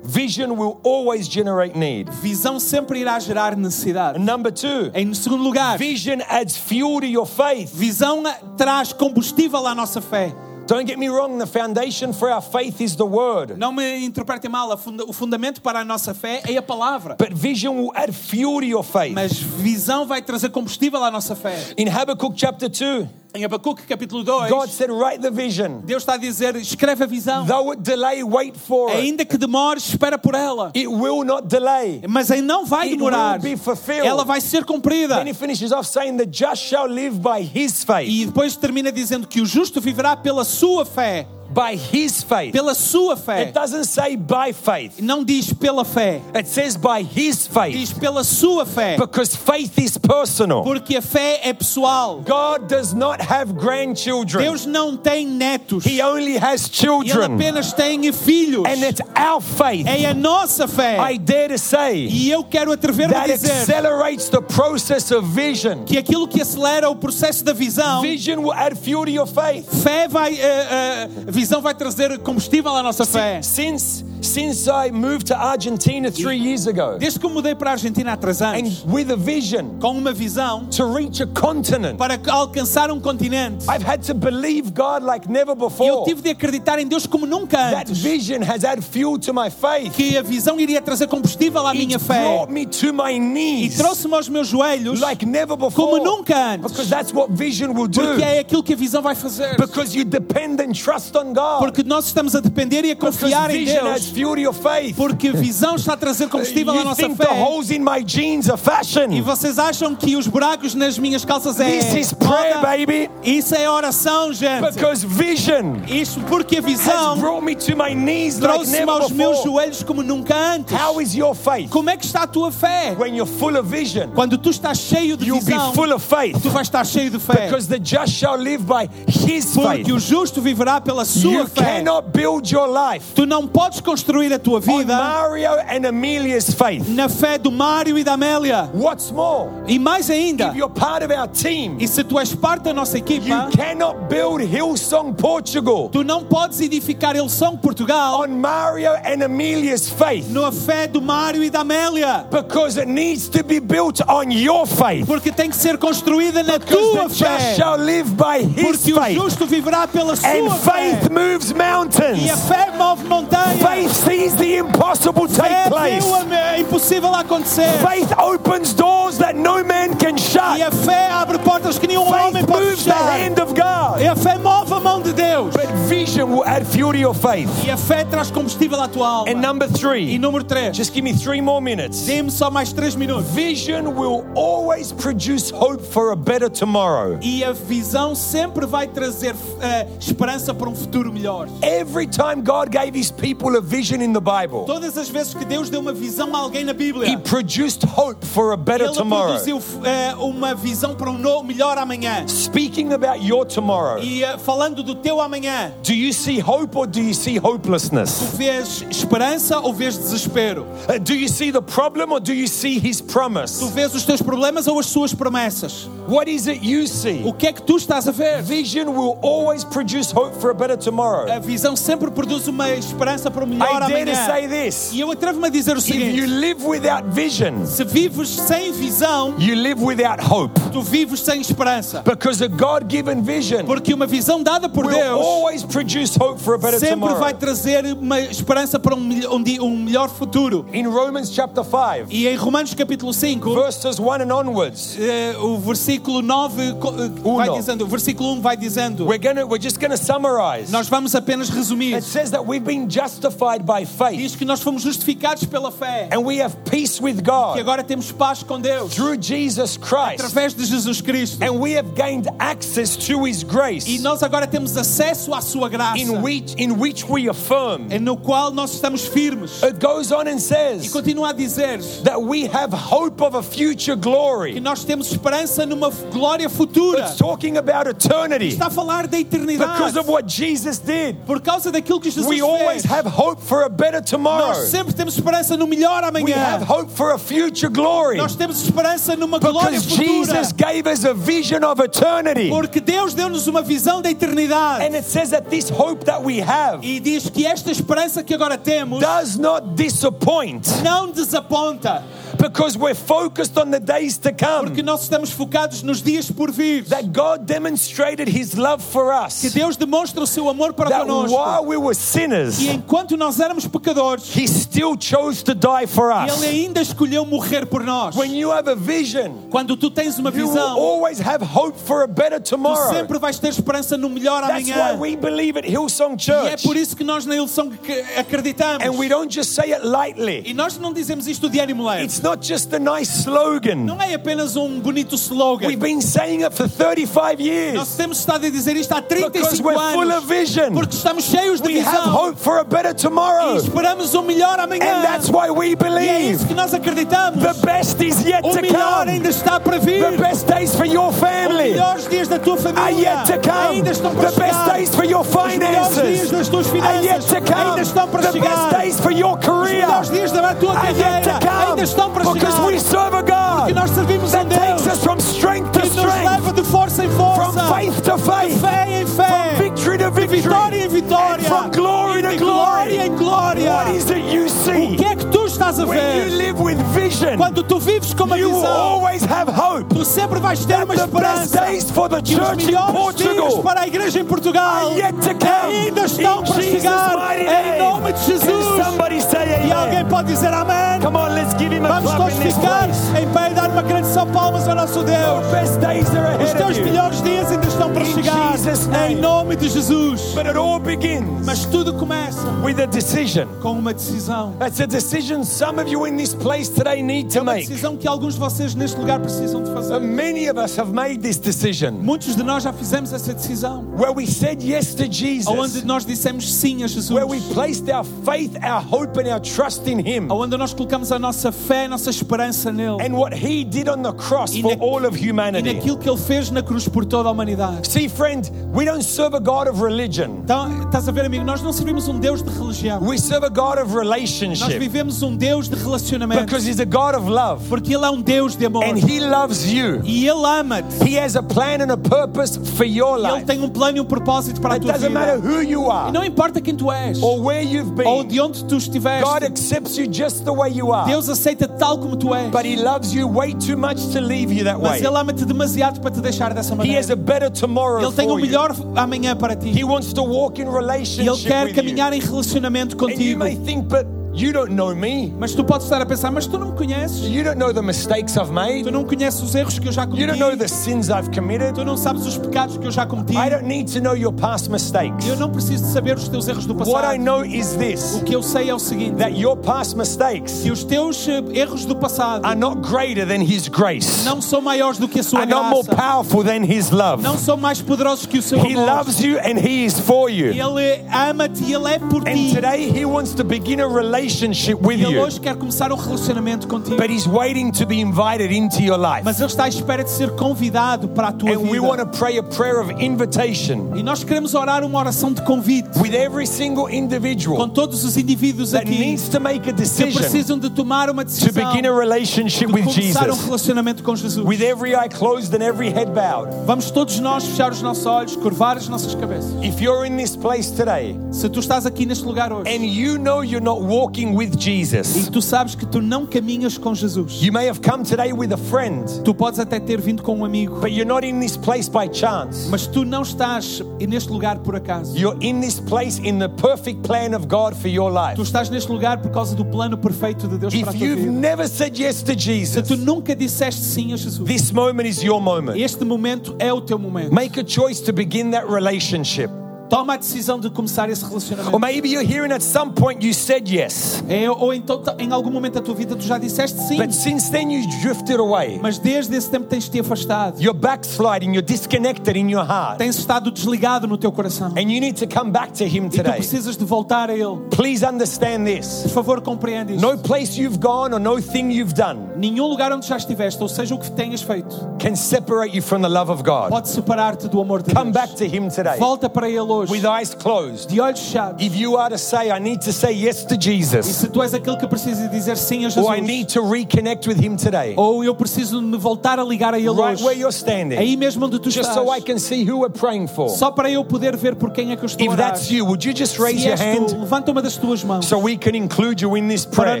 Speaker 2: Vision will always generate need.
Speaker 3: Visão sempre irá gerar necessidade.
Speaker 2: And number two,
Speaker 3: Em segundo lugar,
Speaker 2: vision adds fuel to your faith.
Speaker 3: visão traz combustível à nossa fé.
Speaker 2: Don't get me wrong, the foundation for our faith is the Word.
Speaker 3: Não me interpretem mal, a funda- o fundamento para a nossa fé é a palavra.
Speaker 2: But vision will add fuel to your faith.
Speaker 3: Mas visão vai trazer combustível à nossa fé.
Speaker 2: In Habakkuk chapter 2,
Speaker 3: Em Abacuque capítulo 2,
Speaker 2: God said, Write the vision.
Speaker 3: Deus está a dizer, escreve a visão.
Speaker 2: Though it delay, wait for it.
Speaker 3: Ainda que demore, espera por ela.
Speaker 2: It will not delay.
Speaker 3: Mas aí não vai
Speaker 2: It
Speaker 3: demorar.
Speaker 2: will be fulfilled.
Speaker 3: Ela vai ser cumprida.
Speaker 2: Then he finishes off saying, The just shall live by his faith.
Speaker 3: E depois termina dizendo que o justo viverá pela sua fé.
Speaker 2: By his faith.
Speaker 3: Pela sua
Speaker 2: It
Speaker 3: fé.
Speaker 2: doesn't say by faith,
Speaker 3: Não diz pela fé.
Speaker 2: it says by his faith.
Speaker 3: Diz pela sua fé.
Speaker 2: Because faith is personal.
Speaker 3: Porque a fé é pessoal.
Speaker 2: God does not have grandchildren,
Speaker 3: Deus não tem netos.
Speaker 2: He only has
Speaker 3: Ele
Speaker 2: children.
Speaker 3: apenas tem filhos.
Speaker 2: And it's our faith,
Speaker 3: É a nossa
Speaker 2: I
Speaker 3: fé.
Speaker 2: dare to say,
Speaker 3: E eu quero atrever-me a
Speaker 2: that
Speaker 3: dizer
Speaker 2: accelerates the process of vision.
Speaker 3: que aquilo que acelera o processo da visão,
Speaker 2: Vision will add fuel to your faith.
Speaker 3: fé vai, eh, eh, visão vai trazer combustível à nossa fé.
Speaker 2: Since, since I moved to Argentina three years ago,
Speaker 3: Desde que eu mudei para a Argentina há três anos,
Speaker 2: and with a vision
Speaker 3: com uma visão
Speaker 2: to reach a continent,
Speaker 3: para alcançar um continente,
Speaker 2: I've had to believe God like never
Speaker 3: eu
Speaker 2: before.
Speaker 3: tive de acreditar em Deus como nunca
Speaker 2: That
Speaker 3: antes.
Speaker 2: vision has added fuel to my faith.
Speaker 3: Que a visão iria trazer combustível à minha
Speaker 2: It's
Speaker 3: fé
Speaker 2: brought me to my
Speaker 3: e
Speaker 2: knees.
Speaker 3: trouxe-me aos meus joelhos,
Speaker 2: like never before.
Speaker 3: Como nunca antes.
Speaker 2: Because that's what vision will do.
Speaker 3: porque é aquilo que a visão vai fazer.
Speaker 2: Because you depend and trust on God.
Speaker 3: Porque nós estamos a depender e a
Speaker 2: because
Speaker 3: confiar em
Speaker 2: vision has
Speaker 3: Deus,
Speaker 2: fuel to your faith.
Speaker 3: porque a visão está a trazer combustível à
Speaker 2: you
Speaker 3: nossa
Speaker 2: think the
Speaker 3: fé.
Speaker 2: holes in my jeans are fashion.
Speaker 3: E vocês acham que os buracos nas minhas calças é
Speaker 2: This is prayer,
Speaker 3: moda?
Speaker 2: baby.
Speaker 3: Isso é oração, gente.
Speaker 2: Because vision
Speaker 3: Isso porque a
Speaker 2: has
Speaker 3: visão
Speaker 2: brought me to my knees like
Speaker 3: trouxe-me
Speaker 2: never
Speaker 3: aos meus
Speaker 2: before.
Speaker 3: joelhos como nunca antes.
Speaker 2: How is your faith?
Speaker 3: Como é que está a tua fé?
Speaker 2: When you're full of vision,
Speaker 3: Quando tu estás cheio de
Speaker 2: you'll be
Speaker 3: visão,
Speaker 2: full of faith.
Speaker 3: tu vais estar cheio de fé.
Speaker 2: Because the just shall live by his faith.
Speaker 3: Porque o justo viverá pela
Speaker 2: You
Speaker 3: sua fé.
Speaker 2: cannot build your life
Speaker 3: Tu não podes construir a tua
Speaker 2: on
Speaker 3: vida
Speaker 2: Mario and Amelia's faith.
Speaker 3: na fé do Mário e da Amélia.
Speaker 2: What's more,
Speaker 3: E mais ainda,
Speaker 2: if you're part of our team,
Speaker 3: e se tu és parte da nossa equipa,
Speaker 2: you cannot build Hillsong Portugal
Speaker 3: tu não podes edificar Elção Portugal
Speaker 2: on Mario and Amelia's faith
Speaker 3: na fé do Mário e da Amélia.
Speaker 2: because it needs to be built on your faith.
Speaker 3: Porque tem que ser construída na tua
Speaker 2: Because the just
Speaker 3: fé.
Speaker 2: shall live by his
Speaker 3: Porque o
Speaker 2: faith.
Speaker 3: justo viverá pela
Speaker 2: And
Speaker 3: sua
Speaker 2: faith
Speaker 3: fé.
Speaker 2: moves
Speaker 3: E
Speaker 2: mountains.
Speaker 3: a fé move montanhas.
Speaker 2: Faith sees the impossible
Speaker 3: É
Speaker 2: take place.
Speaker 3: viu, é impossível acontecer.
Speaker 2: Faith opens doors that no man can
Speaker 3: E a
Speaker 2: shut.
Speaker 3: fé abre portas que nenhum homem
Speaker 2: Faith
Speaker 3: pode
Speaker 2: moves the
Speaker 3: fechar.
Speaker 2: hand of God.
Speaker 3: E a fé move a mão de Deus.
Speaker 2: But vision will add fuel to your faith.
Speaker 3: E a fé traz combustível à tua alma.
Speaker 2: And number
Speaker 3: E
Speaker 2: three,
Speaker 3: número 3,
Speaker 2: just give me three more minutes.
Speaker 3: dê-me só mais 3 minutos.
Speaker 2: Vision will always produce hope for a better tomorrow.
Speaker 3: E a visão sempre vai trazer eh, esperança para um futuro melhor.
Speaker 2: Every time God gave his people a vision in the Bible,
Speaker 3: Todas as vezes que Deus deu uma visão a alguém na Bíblia,
Speaker 2: he produced hope for a better
Speaker 3: Ele
Speaker 2: tomorrow.
Speaker 3: produziu eh, uma visão para um novo, melhor amanhã.
Speaker 2: Speaking about your tomorrow,
Speaker 3: E eh, falando do teu amanhã,
Speaker 2: do you see hope or do you see hopelessness?
Speaker 3: vês esperança ou vês desespero?
Speaker 2: Uh, Do you see the problem or do you see his
Speaker 3: Tu
Speaker 2: promise?
Speaker 3: vês os teus problemas ou as suas promessas?
Speaker 2: What is it you see?
Speaker 3: O que é que tu estás a ver?
Speaker 2: Vision will always produce hope for a better
Speaker 3: A
Speaker 2: tomorrow.
Speaker 3: visão sempre produz uma esperança para o melhor
Speaker 2: I dare to say
Speaker 3: amanhã.
Speaker 2: this
Speaker 3: E eu atrevo-me a dizer o
Speaker 2: if you
Speaker 3: seguinte:
Speaker 2: live without vision,
Speaker 3: se vives sem visão,
Speaker 2: you live without hope.
Speaker 3: tu vives sem esperança.
Speaker 2: Because a God given vision
Speaker 3: Porque uma visão dada por
Speaker 2: will
Speaker 3: Deus
Speaker 2: always produce hope for a better
Speaker 3: sempre vai
Speaker 2: tomorrow.
Speaker 3: trazer uma esperança para um, melho- um dia- um melhor futuro.
Speaker 2: In Romans chapter 5,
Speaker 3: E em Romanos capítulo 5,
Speaker 2: verses 1 and onwards,
Speaker 3: eh, o versículo 9 co- eh, vai
Speaker 2: Uno.
Speaker 3: dizendo, o versículo 1 vai dizendo,
Speaker 2: we're, gonna, we're just going to summarize.
Speaker 3: nós vamos apenas
Speaker 2: It
Speaker 3: resumir.
Speaker 2: says that we've been justified by faith
Speaker 3: Diz que nós fomos justificados pela fé,
Speaker 2: and we have peace with
Speaker 3: que
Speaker 2: God
Speaker 3: agora temos paz com Deus,
Speaker 2: through Jesus Christ.
Speaker 3: através de Jesus Cristo.
Speaker 2: And we have gained access to his grace
Speaker 3: E nós agora temos acesso à sua graça,
Speaker 2: in which, in which we affirm.
Speaker 3: em no qual nós estamos firmes.
Speaker 2: It goes on and
Speaker 3: E
Speaker 2: says
Speaker 3: continua a dizer
Speaker 2: that we have hope of a future
Speaker 3: que
Speaker 2: glory.
Speaker 3: nós temos esperança numa glória futura.
Speaker 2: It's talking about eternity
Speaker 3: Está a falar da
Speaker 2: because
Speaker 3: eternidade.
Speaker 2: of what Jesus did.
Speaker 3: Por causa daquilo que Jesus
Speaker 2: We always
Speaker 3: fez.
Speaker 2: have hope for a better
Speaker 3: Nós
Speaker 2: tomorrow.
Speaker 3: sempre temos esperança no melhor
Speaker 2: We
Speaker 3: amanhã.
Speaker 2: have hope for a future glory
Speaker 3: Nós temos esperança numa glória e
Speaker 2: because
Speaker 3: futura.
Speaker 2: Jesus gave us a vision of eternity.
Speaker 3: Porque Deus deu-nos uma visão da eternidade.
Speaker 2: And it says that this hope that we have
Speaker 3: E diz que esta esperança que agora temos
Speaker 2: does not disappoint
Speaker 3: não desaponta.
Speaker 2: because we're focused on the days to
Speaker 3: Porque
Speaker 2: come.
Speaker 3: nós estamos focados nos dias por vir.
Speaker 2: That God demonstrated his love for
Speaker 3: Que
Speaker 2: us.
Speaker 3: Deus demonstra o seu amor para
Speaker 2: That while
Speaker 3: conosco.
Speaker 2: we were sinners,
Speaker 3: E enquanto nós éramos pecadores,
Speaker 2: he still chose to die for
Speaker 3: E Ele
Speaker 2: us.
Speaker 3: ainda escolheu morrer por nós.
Speaker 2: When you have a vision,
Speaker 3: Quando tu tens uma
Speaker 2: you will
Speaker 3: visão,
Speaker 2: always have hope for a better
Speaker 3: tu
Speaker 2: tomorrow.
Speaker 3: sempre vais ter esperança no melhor
Speaker 2: That's why
Speaker 3: amanhã.
Speaker 2: we believe at Hillsong
Speaker 3: E é
Speaker 2: Church.
Speaker 3: por isso que nós na Ilusão acreditamos.
Speaker 2: And we don't just say it
Speaker 3: E
Speaker 2: lightly.
Speaker 3: nós não dizemos isto de ânimo leve.
Speaker 2: It's not just a nice slogan.
Speaker 3: Não é apenas um bonito slogan.
Speaker 2: We've been saying it for 35
Speaker 3: Nós
Speaker 2: years
Speaker 3: temos estado a dizer isto há
Speaker 2: because
Speaker 3: 35
Speaker 2: we're full of
Speaker 3: anos.
Speaker 2: vision.
Speaker 3: Porque estamos cheios de
Speaker 2: We have
Speaker 3: visão.
Speaker 2: hope for a better
Speaker 3: E
Speaker 2: tomorrow.
Speaker 3: esperamos um melhor amanhã.
Speaker 2: And that's why we
Speaker 3: E é
Speaker 2: believe
Speaker 3: isso que nós acreditamos.
Speaker 2: the best is yet
Speaker 3: O
Speaker 2: to
Speaker 3: melhor ainda
Speaker 2: come.
Speaker 3: está para vir.
Speaker 2: The best days for your
Speaker 3: Os
Speaker 2: family
Speaker 3: melhores dias da tua
Speaker 2: are
Speaker 3: família
Speaker 2: yet to come.
Speaker 3: ainda estão para
Speaker 2: The best
Speaker 3: chegar.
Speaker 2: days for your
Speaker 3: Os melhores dias
Speaker 2: finances
Speaker 3: das tuas
Speaker 2: are yet
Speaker 3: finanças
Speaker 2: to
Speaker 3: ainda estão
Speaker 2: come. The
Speaker 3: para
Speaker 2: best
Speaker 3: chegar.
Speaker 2: days for your
Speaker 3: Os
Speaker 2: career
Speaker 3: melhores dias da tua
Speaker 2: are yet
Speaker 3: carreira
Speaker 2: to come.
Speaker 3: ainda estão para
Speaker 2: Because
Speaker 3: chegar.
Speaker 2: we serve a God
Speaker 3: Que nós servimos a
Speaker 2: that
Speaker 3: Deus
Speaker 2: takes us from strength to
Speaker 3: que nos leva
Speaker 2: strength,
Speaker 3: de força em
Speaker 2: from
Speaker 3: força,
Speaker 2: faith to
Speaker 3: de
Speaker 2: faith,
Speaker 3: fé em
Speaker 2: from
Speaker 3: fé,
Speaker 2: victory to
Speaker 3: de vitória
Speaker 2: victory,
Speaker 3: em vitória,
Speaker 2: from glory to
Speaker 3: de glória
Speaker 2: glory.
Speaker 3: em glória.
Speaker 2: What is it you
Speaker 3: O
Speaker 2: see?
Speaker 3: que é que tu estás a
Speaker 2: When you
Speaker 3: ver?
Speaker 2: live with vision,
Speaker 3: Quando tu vives com uma
Speaker 2: you will
Speaker 3: visão,
Speaker 2: always have hope.
Speaker 3: tu sempre vais ter uma
Speaker 2: The best
Speaker 3: esperança.
Speaker 2: days for the
Speaker 3: Que os
Speaker 2: church in
Speaker 3: melhores dias
Speaker 2: Portugal
Speaker 3: para a igreja em Portugal
Speaker 2: are yet to come.
Speaker 3: ainda estão
Speaker 2: in
Speaker 3: para
Speaker 2: Jesus'
Speaker 3: chegar
Speaker 2: mighty
Speaker 3: em
Speaker 2: name.
Speaker 3: nome de
Speaker 2: Can
Speaker 3: Jesus.
Speaker 2: somebody say
Speaker 3: E alguém
Speaker 2: amen?
Speaker 3: pode dizer amém?
Speaker 2: Come on, let's give him a
Speaker 3: Vamos
Speaker 2: clap
Speaker 3: todos
Speaker 2: in this
Speaker 3: ficar
Speaker 2: place.
Speaker 3: em pé e dar uma grande salva de palmas ao nosso Deus.
Speaker 2: The best days are
Speaker 3: Os
Speaker 2: ahead
Speaker 3: teus
Speaker 2: of you.
Speaker 3: melhores dias ainda estão para
Speaker 2: In
Speaker 3: chegar.
Speaker 2: Jesus' name.
Speaker 3: Em nome de Jesus.
Speaker 2: But it all begins
Speaker 3: Mas tudo começa
Speaker 2: with a decision.
Speaker 3: com uma decisão. É
Speaker 2: That's a decision some of you in this place today need to
Speaker 3: Uma
Speaker 2: make.
Speaker 3: decisão que alguns de vocês neste lugar precisam de
Speaker 2: But
Speaker 3: fazer.
Speaker 2: many of us have made this decision
Speaker 3: Muitos de nós já fizemos essa decisão.
Speaker 2: where we said yes to
Speaker 3: Onde
Speaker 2: Jesus,
Speaker 3: nós dissemos sim a Jesus.
Speaker 2: where we placed our faith, our hope, and our trust in Him.
Speaker 3: Onde nós colocamos a nossa fé, a nossa esperança nele.
Speaker 2: and what he did on the cross
Speaker 3: E
Speaker 2: for
Speaker 3: na-
Speaker 2: all of
Speaker 3: E
Speaker 2: humanity.
Speaker 3: naquilo que ele fez na cruz por toda a humanidade.
Speaker 2: See, friend, we don't serve a God of religion.
Speaker 3: Então, estás a ver, amigo? Nós não servimos um Deus de religião.
Speaker 2: We serve a God of
Speaker 3: Nós
Speaker 2: relationship
Speaker 3: vivemos um Deus de relacionamento.
Speaker 2: because he's a God of love
Speaker 3: Porque ele é um Deus de amor.
Speaker 2: and he loves you.
Speaker 3: E ele ama-te.
Speaker 2: He has a plan and a purpose for your
Speaker 3: E Ele
Speaker 2: life.
Speaker 3: tem um plano e um propósito para a
Speaker 2: It
Speaker 3: tua
Speaker 2: doesn't matter
Speaker 3: vida.
Speaker 2: who you Oh,
Speaker 3: E
Speaker 2: are
Speaker 3: não importa quem tu és
Speaker 2: or where you've
Speaker 3: ou de
Speaker 2: been,
Speaker 3: onde tu
Speaker 2: God
Speaker 3: estiveste,
Speaker 2: accepts you just the way you are.
Speaker 3: Deus aceita tal como tu és.
Speaker 2: But he loves you way too much to leave you that
Speaker 3: Mas
Speaker 2: way.
Speaker 3: Ele ama-te demasiado para te deixar dessa
Speaker 2: He has
Speaker 3: maneira.
Speaker 2: a better tomorrow
Speaker 3: Ele tem um
Speaker 2: for you.
Speaker 3: melhor amanhã para
Speaker 2: He
Speaker 3: ti.
Speaker 2: wants to walk in
Speaker 3: E Ele
Speaker 2: relationship
Speaker 3: quer
Speaker 2: with you.
Speaker 3: caminhar em relacionamento
Speaker 2: And you
Speaker 3: contigo.
Speaker 2: may think, but You don't know me.
Speaker 3: Mas tu podes estar a pensar, mas tu não me conheces.
Speaker 2: You don't know the mistakes I've made.
Speaker 3: Tu não conheces os erros que eu já
Speaker 2: You
Speaker 3: cometi.
Speaker 2: don't know the sins I've committed.
Speaker 3: Tu não sabes os pecados que eu já cometi.
Speaker 2: I don't need to know your past mistakes.
Speaker 3: Eu não preciso de saber os teus erros do
Speaker 2: What I
Speaker 3: passado.
Speaker 2: know is this
Speaker 3: O que eu sei é o seguinte:
Speaker 2: that your past mistakes
Speaker 3: que os teus eh, erros do passado
Speaker 2: are not greater than His grace,
Speaker 3: não são maiores do que a sua
Speaker 2: are not more
Speaker 3: graça,
Speaker 2: powerful than His
Speaker 3: não
Speaker 2: love.
Speaker 3: são mais poderosos que o seu
Speaker 2: He
Speaker 3: amor.
Speaker 2: loves you and He is for you.
Speaker 3: Ele ama-te e Ele é por
Speaker 2: And
Speaker 3: ti.
Speaker 2: today He wants to begin a relationship with
Speaker 3: E Ele
Speaker 2: you,
Speaker 3: hoje quer começar um relacionamento contigo.
Speaker 2: but He's waiting to be invited into your life.
Speaker 3: Mas Ele está à espera de ser convidado para a tua
Speaker 2: And we want
Speaker 3: vida.
Speaker 2: to pray a prayer of invitation
Speaker 3: E nós queremos orar uma oração de convite
Speaker 2: with every single
Speaker 3: com
Speaker 2: individual
Speaker 3: todos os indivíduos
Speaker 2: that
Speaker 3: aqui
Speaker 2: needs to make a
Speaker 3: que
Speaker 2: decision
Speaker 3: precisam de tomar uma
Speaker 2: to
Speaker 3: decisão
Speaker 2: begin a
Speaker 3: de
Speaker 2: relationship with
Speaker 3: começar um
Speaker 2: Jesus.
Speaker 3: relacionamento com Jesus.
Speaker 2: With every eye closed and every head bowed.
Speaker 3: Vamos todos nós fechar os nossos olhos, curvar as nossas cabeças.
Speaker 2: If you're in this place today
Speaker 3: Se tu estás aqui neste lugar hoje
Speaker 2: and you know you're not walking with
Speaker 3: e
Speaker 2: Jesus,
Speaker 3: tu sabes que tu não caminhas com Jesus,
Speaker 2: you may have come today with a friend,
Speaker 3: tu podes até ter vindo com um amigo,
Speaker 2: but you're not in this place by chance.
Speaker 3: mas tu não estás neste lugar por acaso.
Speaker 2: You're in this place in the perfect plan of God for your life.
Speaker 3: Tu estás neste lugar por causa do plano perfeito de Deus para a
Speaker 2: If
Speaker 3: tua
Speaker 2: you've
Speaker 3: vida.
Speaker 2: never said yes to
Speaker 3: Se tu
Speaker 2: Jesus,
Speaker 3: nunca disseste sim a Jesus,
Speaker 2: this moment is your moment.
Speaker 3: este momento é o teu momento.
Speaker 2: Make a choice to begin that relationship.
Speaker 3: Toma a decisão de começar esse
Speaker 2: Or
Speaker 3: relacionamento.
Speaker 2: maybe you're here and at some point you said yes,
Speaker 3: É, ou então t- em algum momento da tua vida tu já disseste sim,
Speaker 2: but since then you drifted away.
Speaker 3: mas desde esse tempo tens te afastado.
Speaker 2: You're backsliding, you're disconnected in your heart.
Speaker 3: Tens estado desligado no teu coração.
Speaker 2: And you need to come back to Him
Speaker 3: E tu
Speaker 2: today.
Speaker 3: precisas de voltar a Ele.
Speaker 2: Please understand this.
Speaker 3: Por favor, compreende isso.
Speaker 2: No place you've gone or no thing you've done
Speaker 3: Nenhum lugar onde já estiveste, ou seja, o que tenhas feito,
Speaker 2: can separate you from the love of God.
Speaker 3: pode separar-te do amor de
Speaker 2: Come back
Speaker 3: Deus.
Speaker 2: to Him today
Speaker 3: Volta para Ele hoje,
Speaker 2: with eyes closed.
Speaker 3: de olhos fechados.
Speaker 2: If you are to say, I need to say yes to
Speaker 3: E
Speaker 2: Jesus,
Speaker 3: se tu és aquele que precisa dizer sim a
Speaker 2: or Oh, I
Speaker 3: Jesus,
Speaker 2: need to reconnect with Him today,
Speaker 3: ou eu preciso de me voltar a ligar a Ele
Speaker 2: right where
Speaker 3: hoje,
Speaker 2: you're standing,
Speaker 3: aí mesmo onde tu
Speaker 2: just so I
Speaker 3: estás,
Speaker 2: can see who we're praying for.
Speaker 3: só para eu poder ver por quem é que eu estou a
Speaker 2: If
Speaker 3: orar.
Speaker 2: that's you, would you just raise
Speaker 3: Se
Speaker 2: your
Speaker 3: és tu,
Speaker 2: hand
Speaker 3: levanta uma das tuas mãos
Speaker 2: so we can include you in this
Speaker 3: para
Speaker 2: prayer?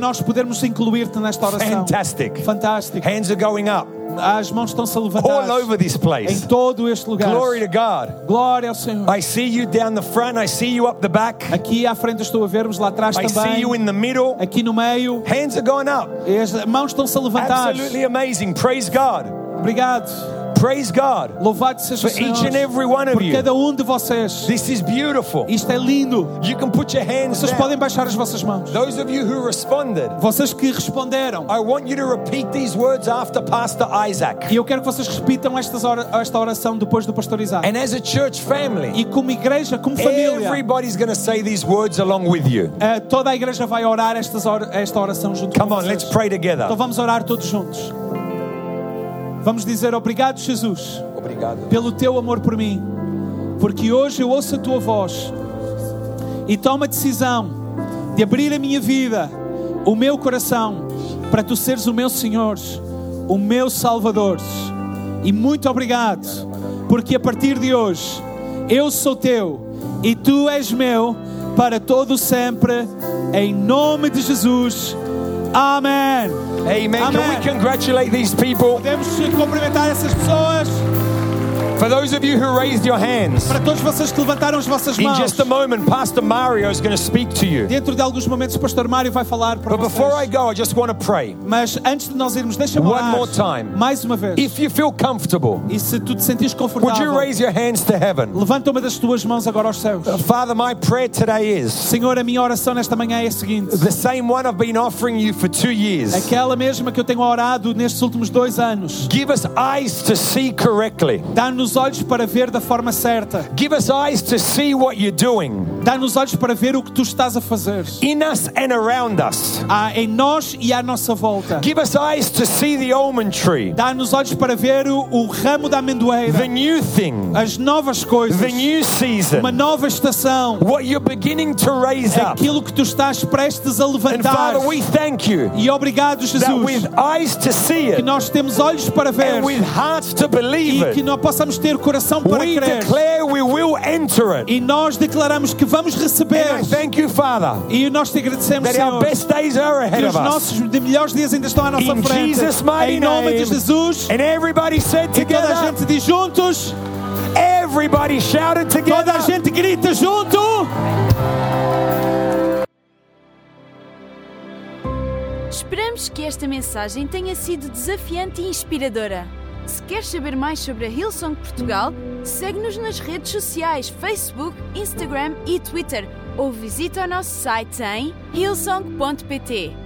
Speaker 3: nós podermos incluir-te nesta oração.
Speaker 2: Fantastic.
Speaker 3: Fantástico.
Speaker 2: Hands are going up
Speaker 3: As mãos estão-se a
Speaker 2: all over
Speaker 3: levantar
Speaker 2: this place.
Speaker 3: em todo este lugar.
Speaker 2: Glory to God.
Speaker 3: Glória ao Senhor.
Speaker 2: I see you down the front. I see you up the back.
Speaker 3: Aqui à frente eu estou a ver-vos, lá atrás
Speaker 2: I see you
Speaker 3: também.
Speaker 2: in the middle.
Speaker 3: Aqui no meio,
Speaker 2: Hands are going up.
Speaker 3: as mãos estão-se a levantar.
Speaker 2: Absolutely amazing. Praise God.
Speaker 3: Obrigado.
Speaker 2: Praise God.
Speaker 3: Louvado seja o
Speaker 2: For each and every
Speaker 3: Senhor.
Speaker 2: one of
Speaker 3: Por
Speaker 2: you.
Speaker 3: cada um de vocês.
Speaker 2: This is beautiful.
Speaker 3: Isto é lindo.
Speaker 2: You can put your hands
Speaker 3: Vocês
Speaker 2: down.
Speaker 3: podem baixar as vossas mãos.
Speaker 2: Those of you who responded,
Speaker 3: Vocês que responderam.
Speaker 2: I want you to repeat these words after Pastor Isaac.
Speaker 3: E eu quero que vocês repitam estas ora- esta oração depois do pastor Isaac.
Speaker 2: And as a church family,
Speaker 3: E como igreja, como família,
Speaker 2: everybody's going to say these words along with you.
Speaker 3: eh, toda a igreja vai orar estas or- esta oração junto
Speaker 2: Come
Speaker 3: com
Speaker 2: on,
Speaker 3: vocês.
Speaker 2: let's pray
Speaker 3: Então
Speaker 2: together.
Speaker 3: vamos orar todos juntos. Vamos dizer obrigado, Jesus.
Speaker 2: Obrigado.
Speaker 3: pelo teu amor por mim, porque hoje eu ouço a tua voz e tomo a decisão de abrir a minha vida, o meu coração, para tu seres o meu Senhor, o meu Salvador. E muito obrigado, porque a partir de hoje eu sou teu e tu és meu para todo sempre, em nome de Jesus. Amém.
Speaker 2: Amen. Can
Speaker 3: Amen.
Speaker 2: we congratulate these people?
Speaker 3: Podemos cumprimentar essas pessoas.
Speaker 2: For those of you who raised your hands,
Speaker 3: Para todos vocês que levantaram as vossas
Speaker 2: in
Speaker 3: mãos.
Speaker 2: just a moment, Pastor Mario is going to speak to you.
Speaker 3: Dentro de alguns momentos o pastor Mário vai falar para
Speaker 2: But before I
Speaker 3: vocês.
Speaker 2: go, I just want to pray.
Speaker 3: Mas antes de nós irmos, deixa-me
Speaker 2: One
Speaker 3: orar
Speaker 2: more time.
Speaker 3: mais uma vez.
Speaker 2: If you feel comfortable,
Speaker 3: E se tu te sentires
Speaker 2: would you
Speaker 3: confortável,
Speaker 2: raise your hands to heaven?
Speaker 3: levanta uma das tuas mãos agora aos céus.
Speaker 2: Father, my prayer today is
Speaker 3: Senhor, a minha oração nesta manhã é a seguinte.
Speaker 2: the same one I've been offering you for two years.
Speaker 3: Aquela mesma que eu tenho orado nestes últimos dois anos.
Speaker 2: Give us eyes to see correctly.
Speaker 3: Dá-nos olhos para ver da forma certa.
Speaker 2: Give us eyes to see what you're doing
Speaker 3: Dá-nos olhos para ver o que tu estás a fazer.
Speaker 2: in us and around us.
Speaker 3: Há em nós e à nossa volta.
Speaker 2: Give us eyes to see the almond tree,
Speaker 3: Dá-nos olhos para ver o, o ramo da
Speaker 2: the
Speaker 3: amendoeira.
Speaker 2: new thing,
Speaker 3: As novas coisas.
Speaker 2: the new
Speaker 3: Uma
Speaker 2: season,
Speaker 3: nova estação.
Speaker 2: what you're beginning to raise up.
Speaker 3: aquilo que tu estás prestes a
Speaker 2: And
Speaker 3: levantar.
Speaker 2: Father, we thank you
Speaker 3: E obrigado,
Speaker 2: that
Speaker 3: Jesus,
Speaker 2: with eyes to see
Speaker 3: que
Speaker 2: it
Speaker 3: nós temos olhos para ver
Speaker 2: and with hearts to believe
Speaker 3: e que
Speaker 2: it,
Speaker 3: nós possamos ter coração para
Speaker 2: we
Speaker 3: crer.
Speaker 2: declare we will enter it.
Speaker 3: E nós declaramos que vamos receber.
Speaker 2: And I thank you, Father,
Speaker 3: E nós te agradecemos,
Speaker 2: that our
Speaker 3: Senhor.
Speaker 2: best days are ahead
Speaker 3: Que os
Speaker 2: of us.
Speaker 3: nossos de melhores dias ainda estão à nossa
Speaker 2: In
Speaker 3: frente.
Speaker 2: Jesus' mighty
Speaker 3: em nome
Speaker 2: name.
Speaker 3: de Jesus.
Speaker 2: And everybody said
Speaker 3: E toda a
Speaker 2: together,
Speaker 3: gente diz juntos.
Speaker 2: everybody shouted
Speaker 3: Toda
Speaker 2: together.
Speaker 3: a gente grita junto.
Speaker 1: Esperamos que esta mensagem tenha sido desafiante e inspiradora. Se queres saber mais sobre a Hillsong Portugal, segue-nos nas redes sociais Facebook, Instagram e Twitter ou visita o nosso site em hillsong.pt.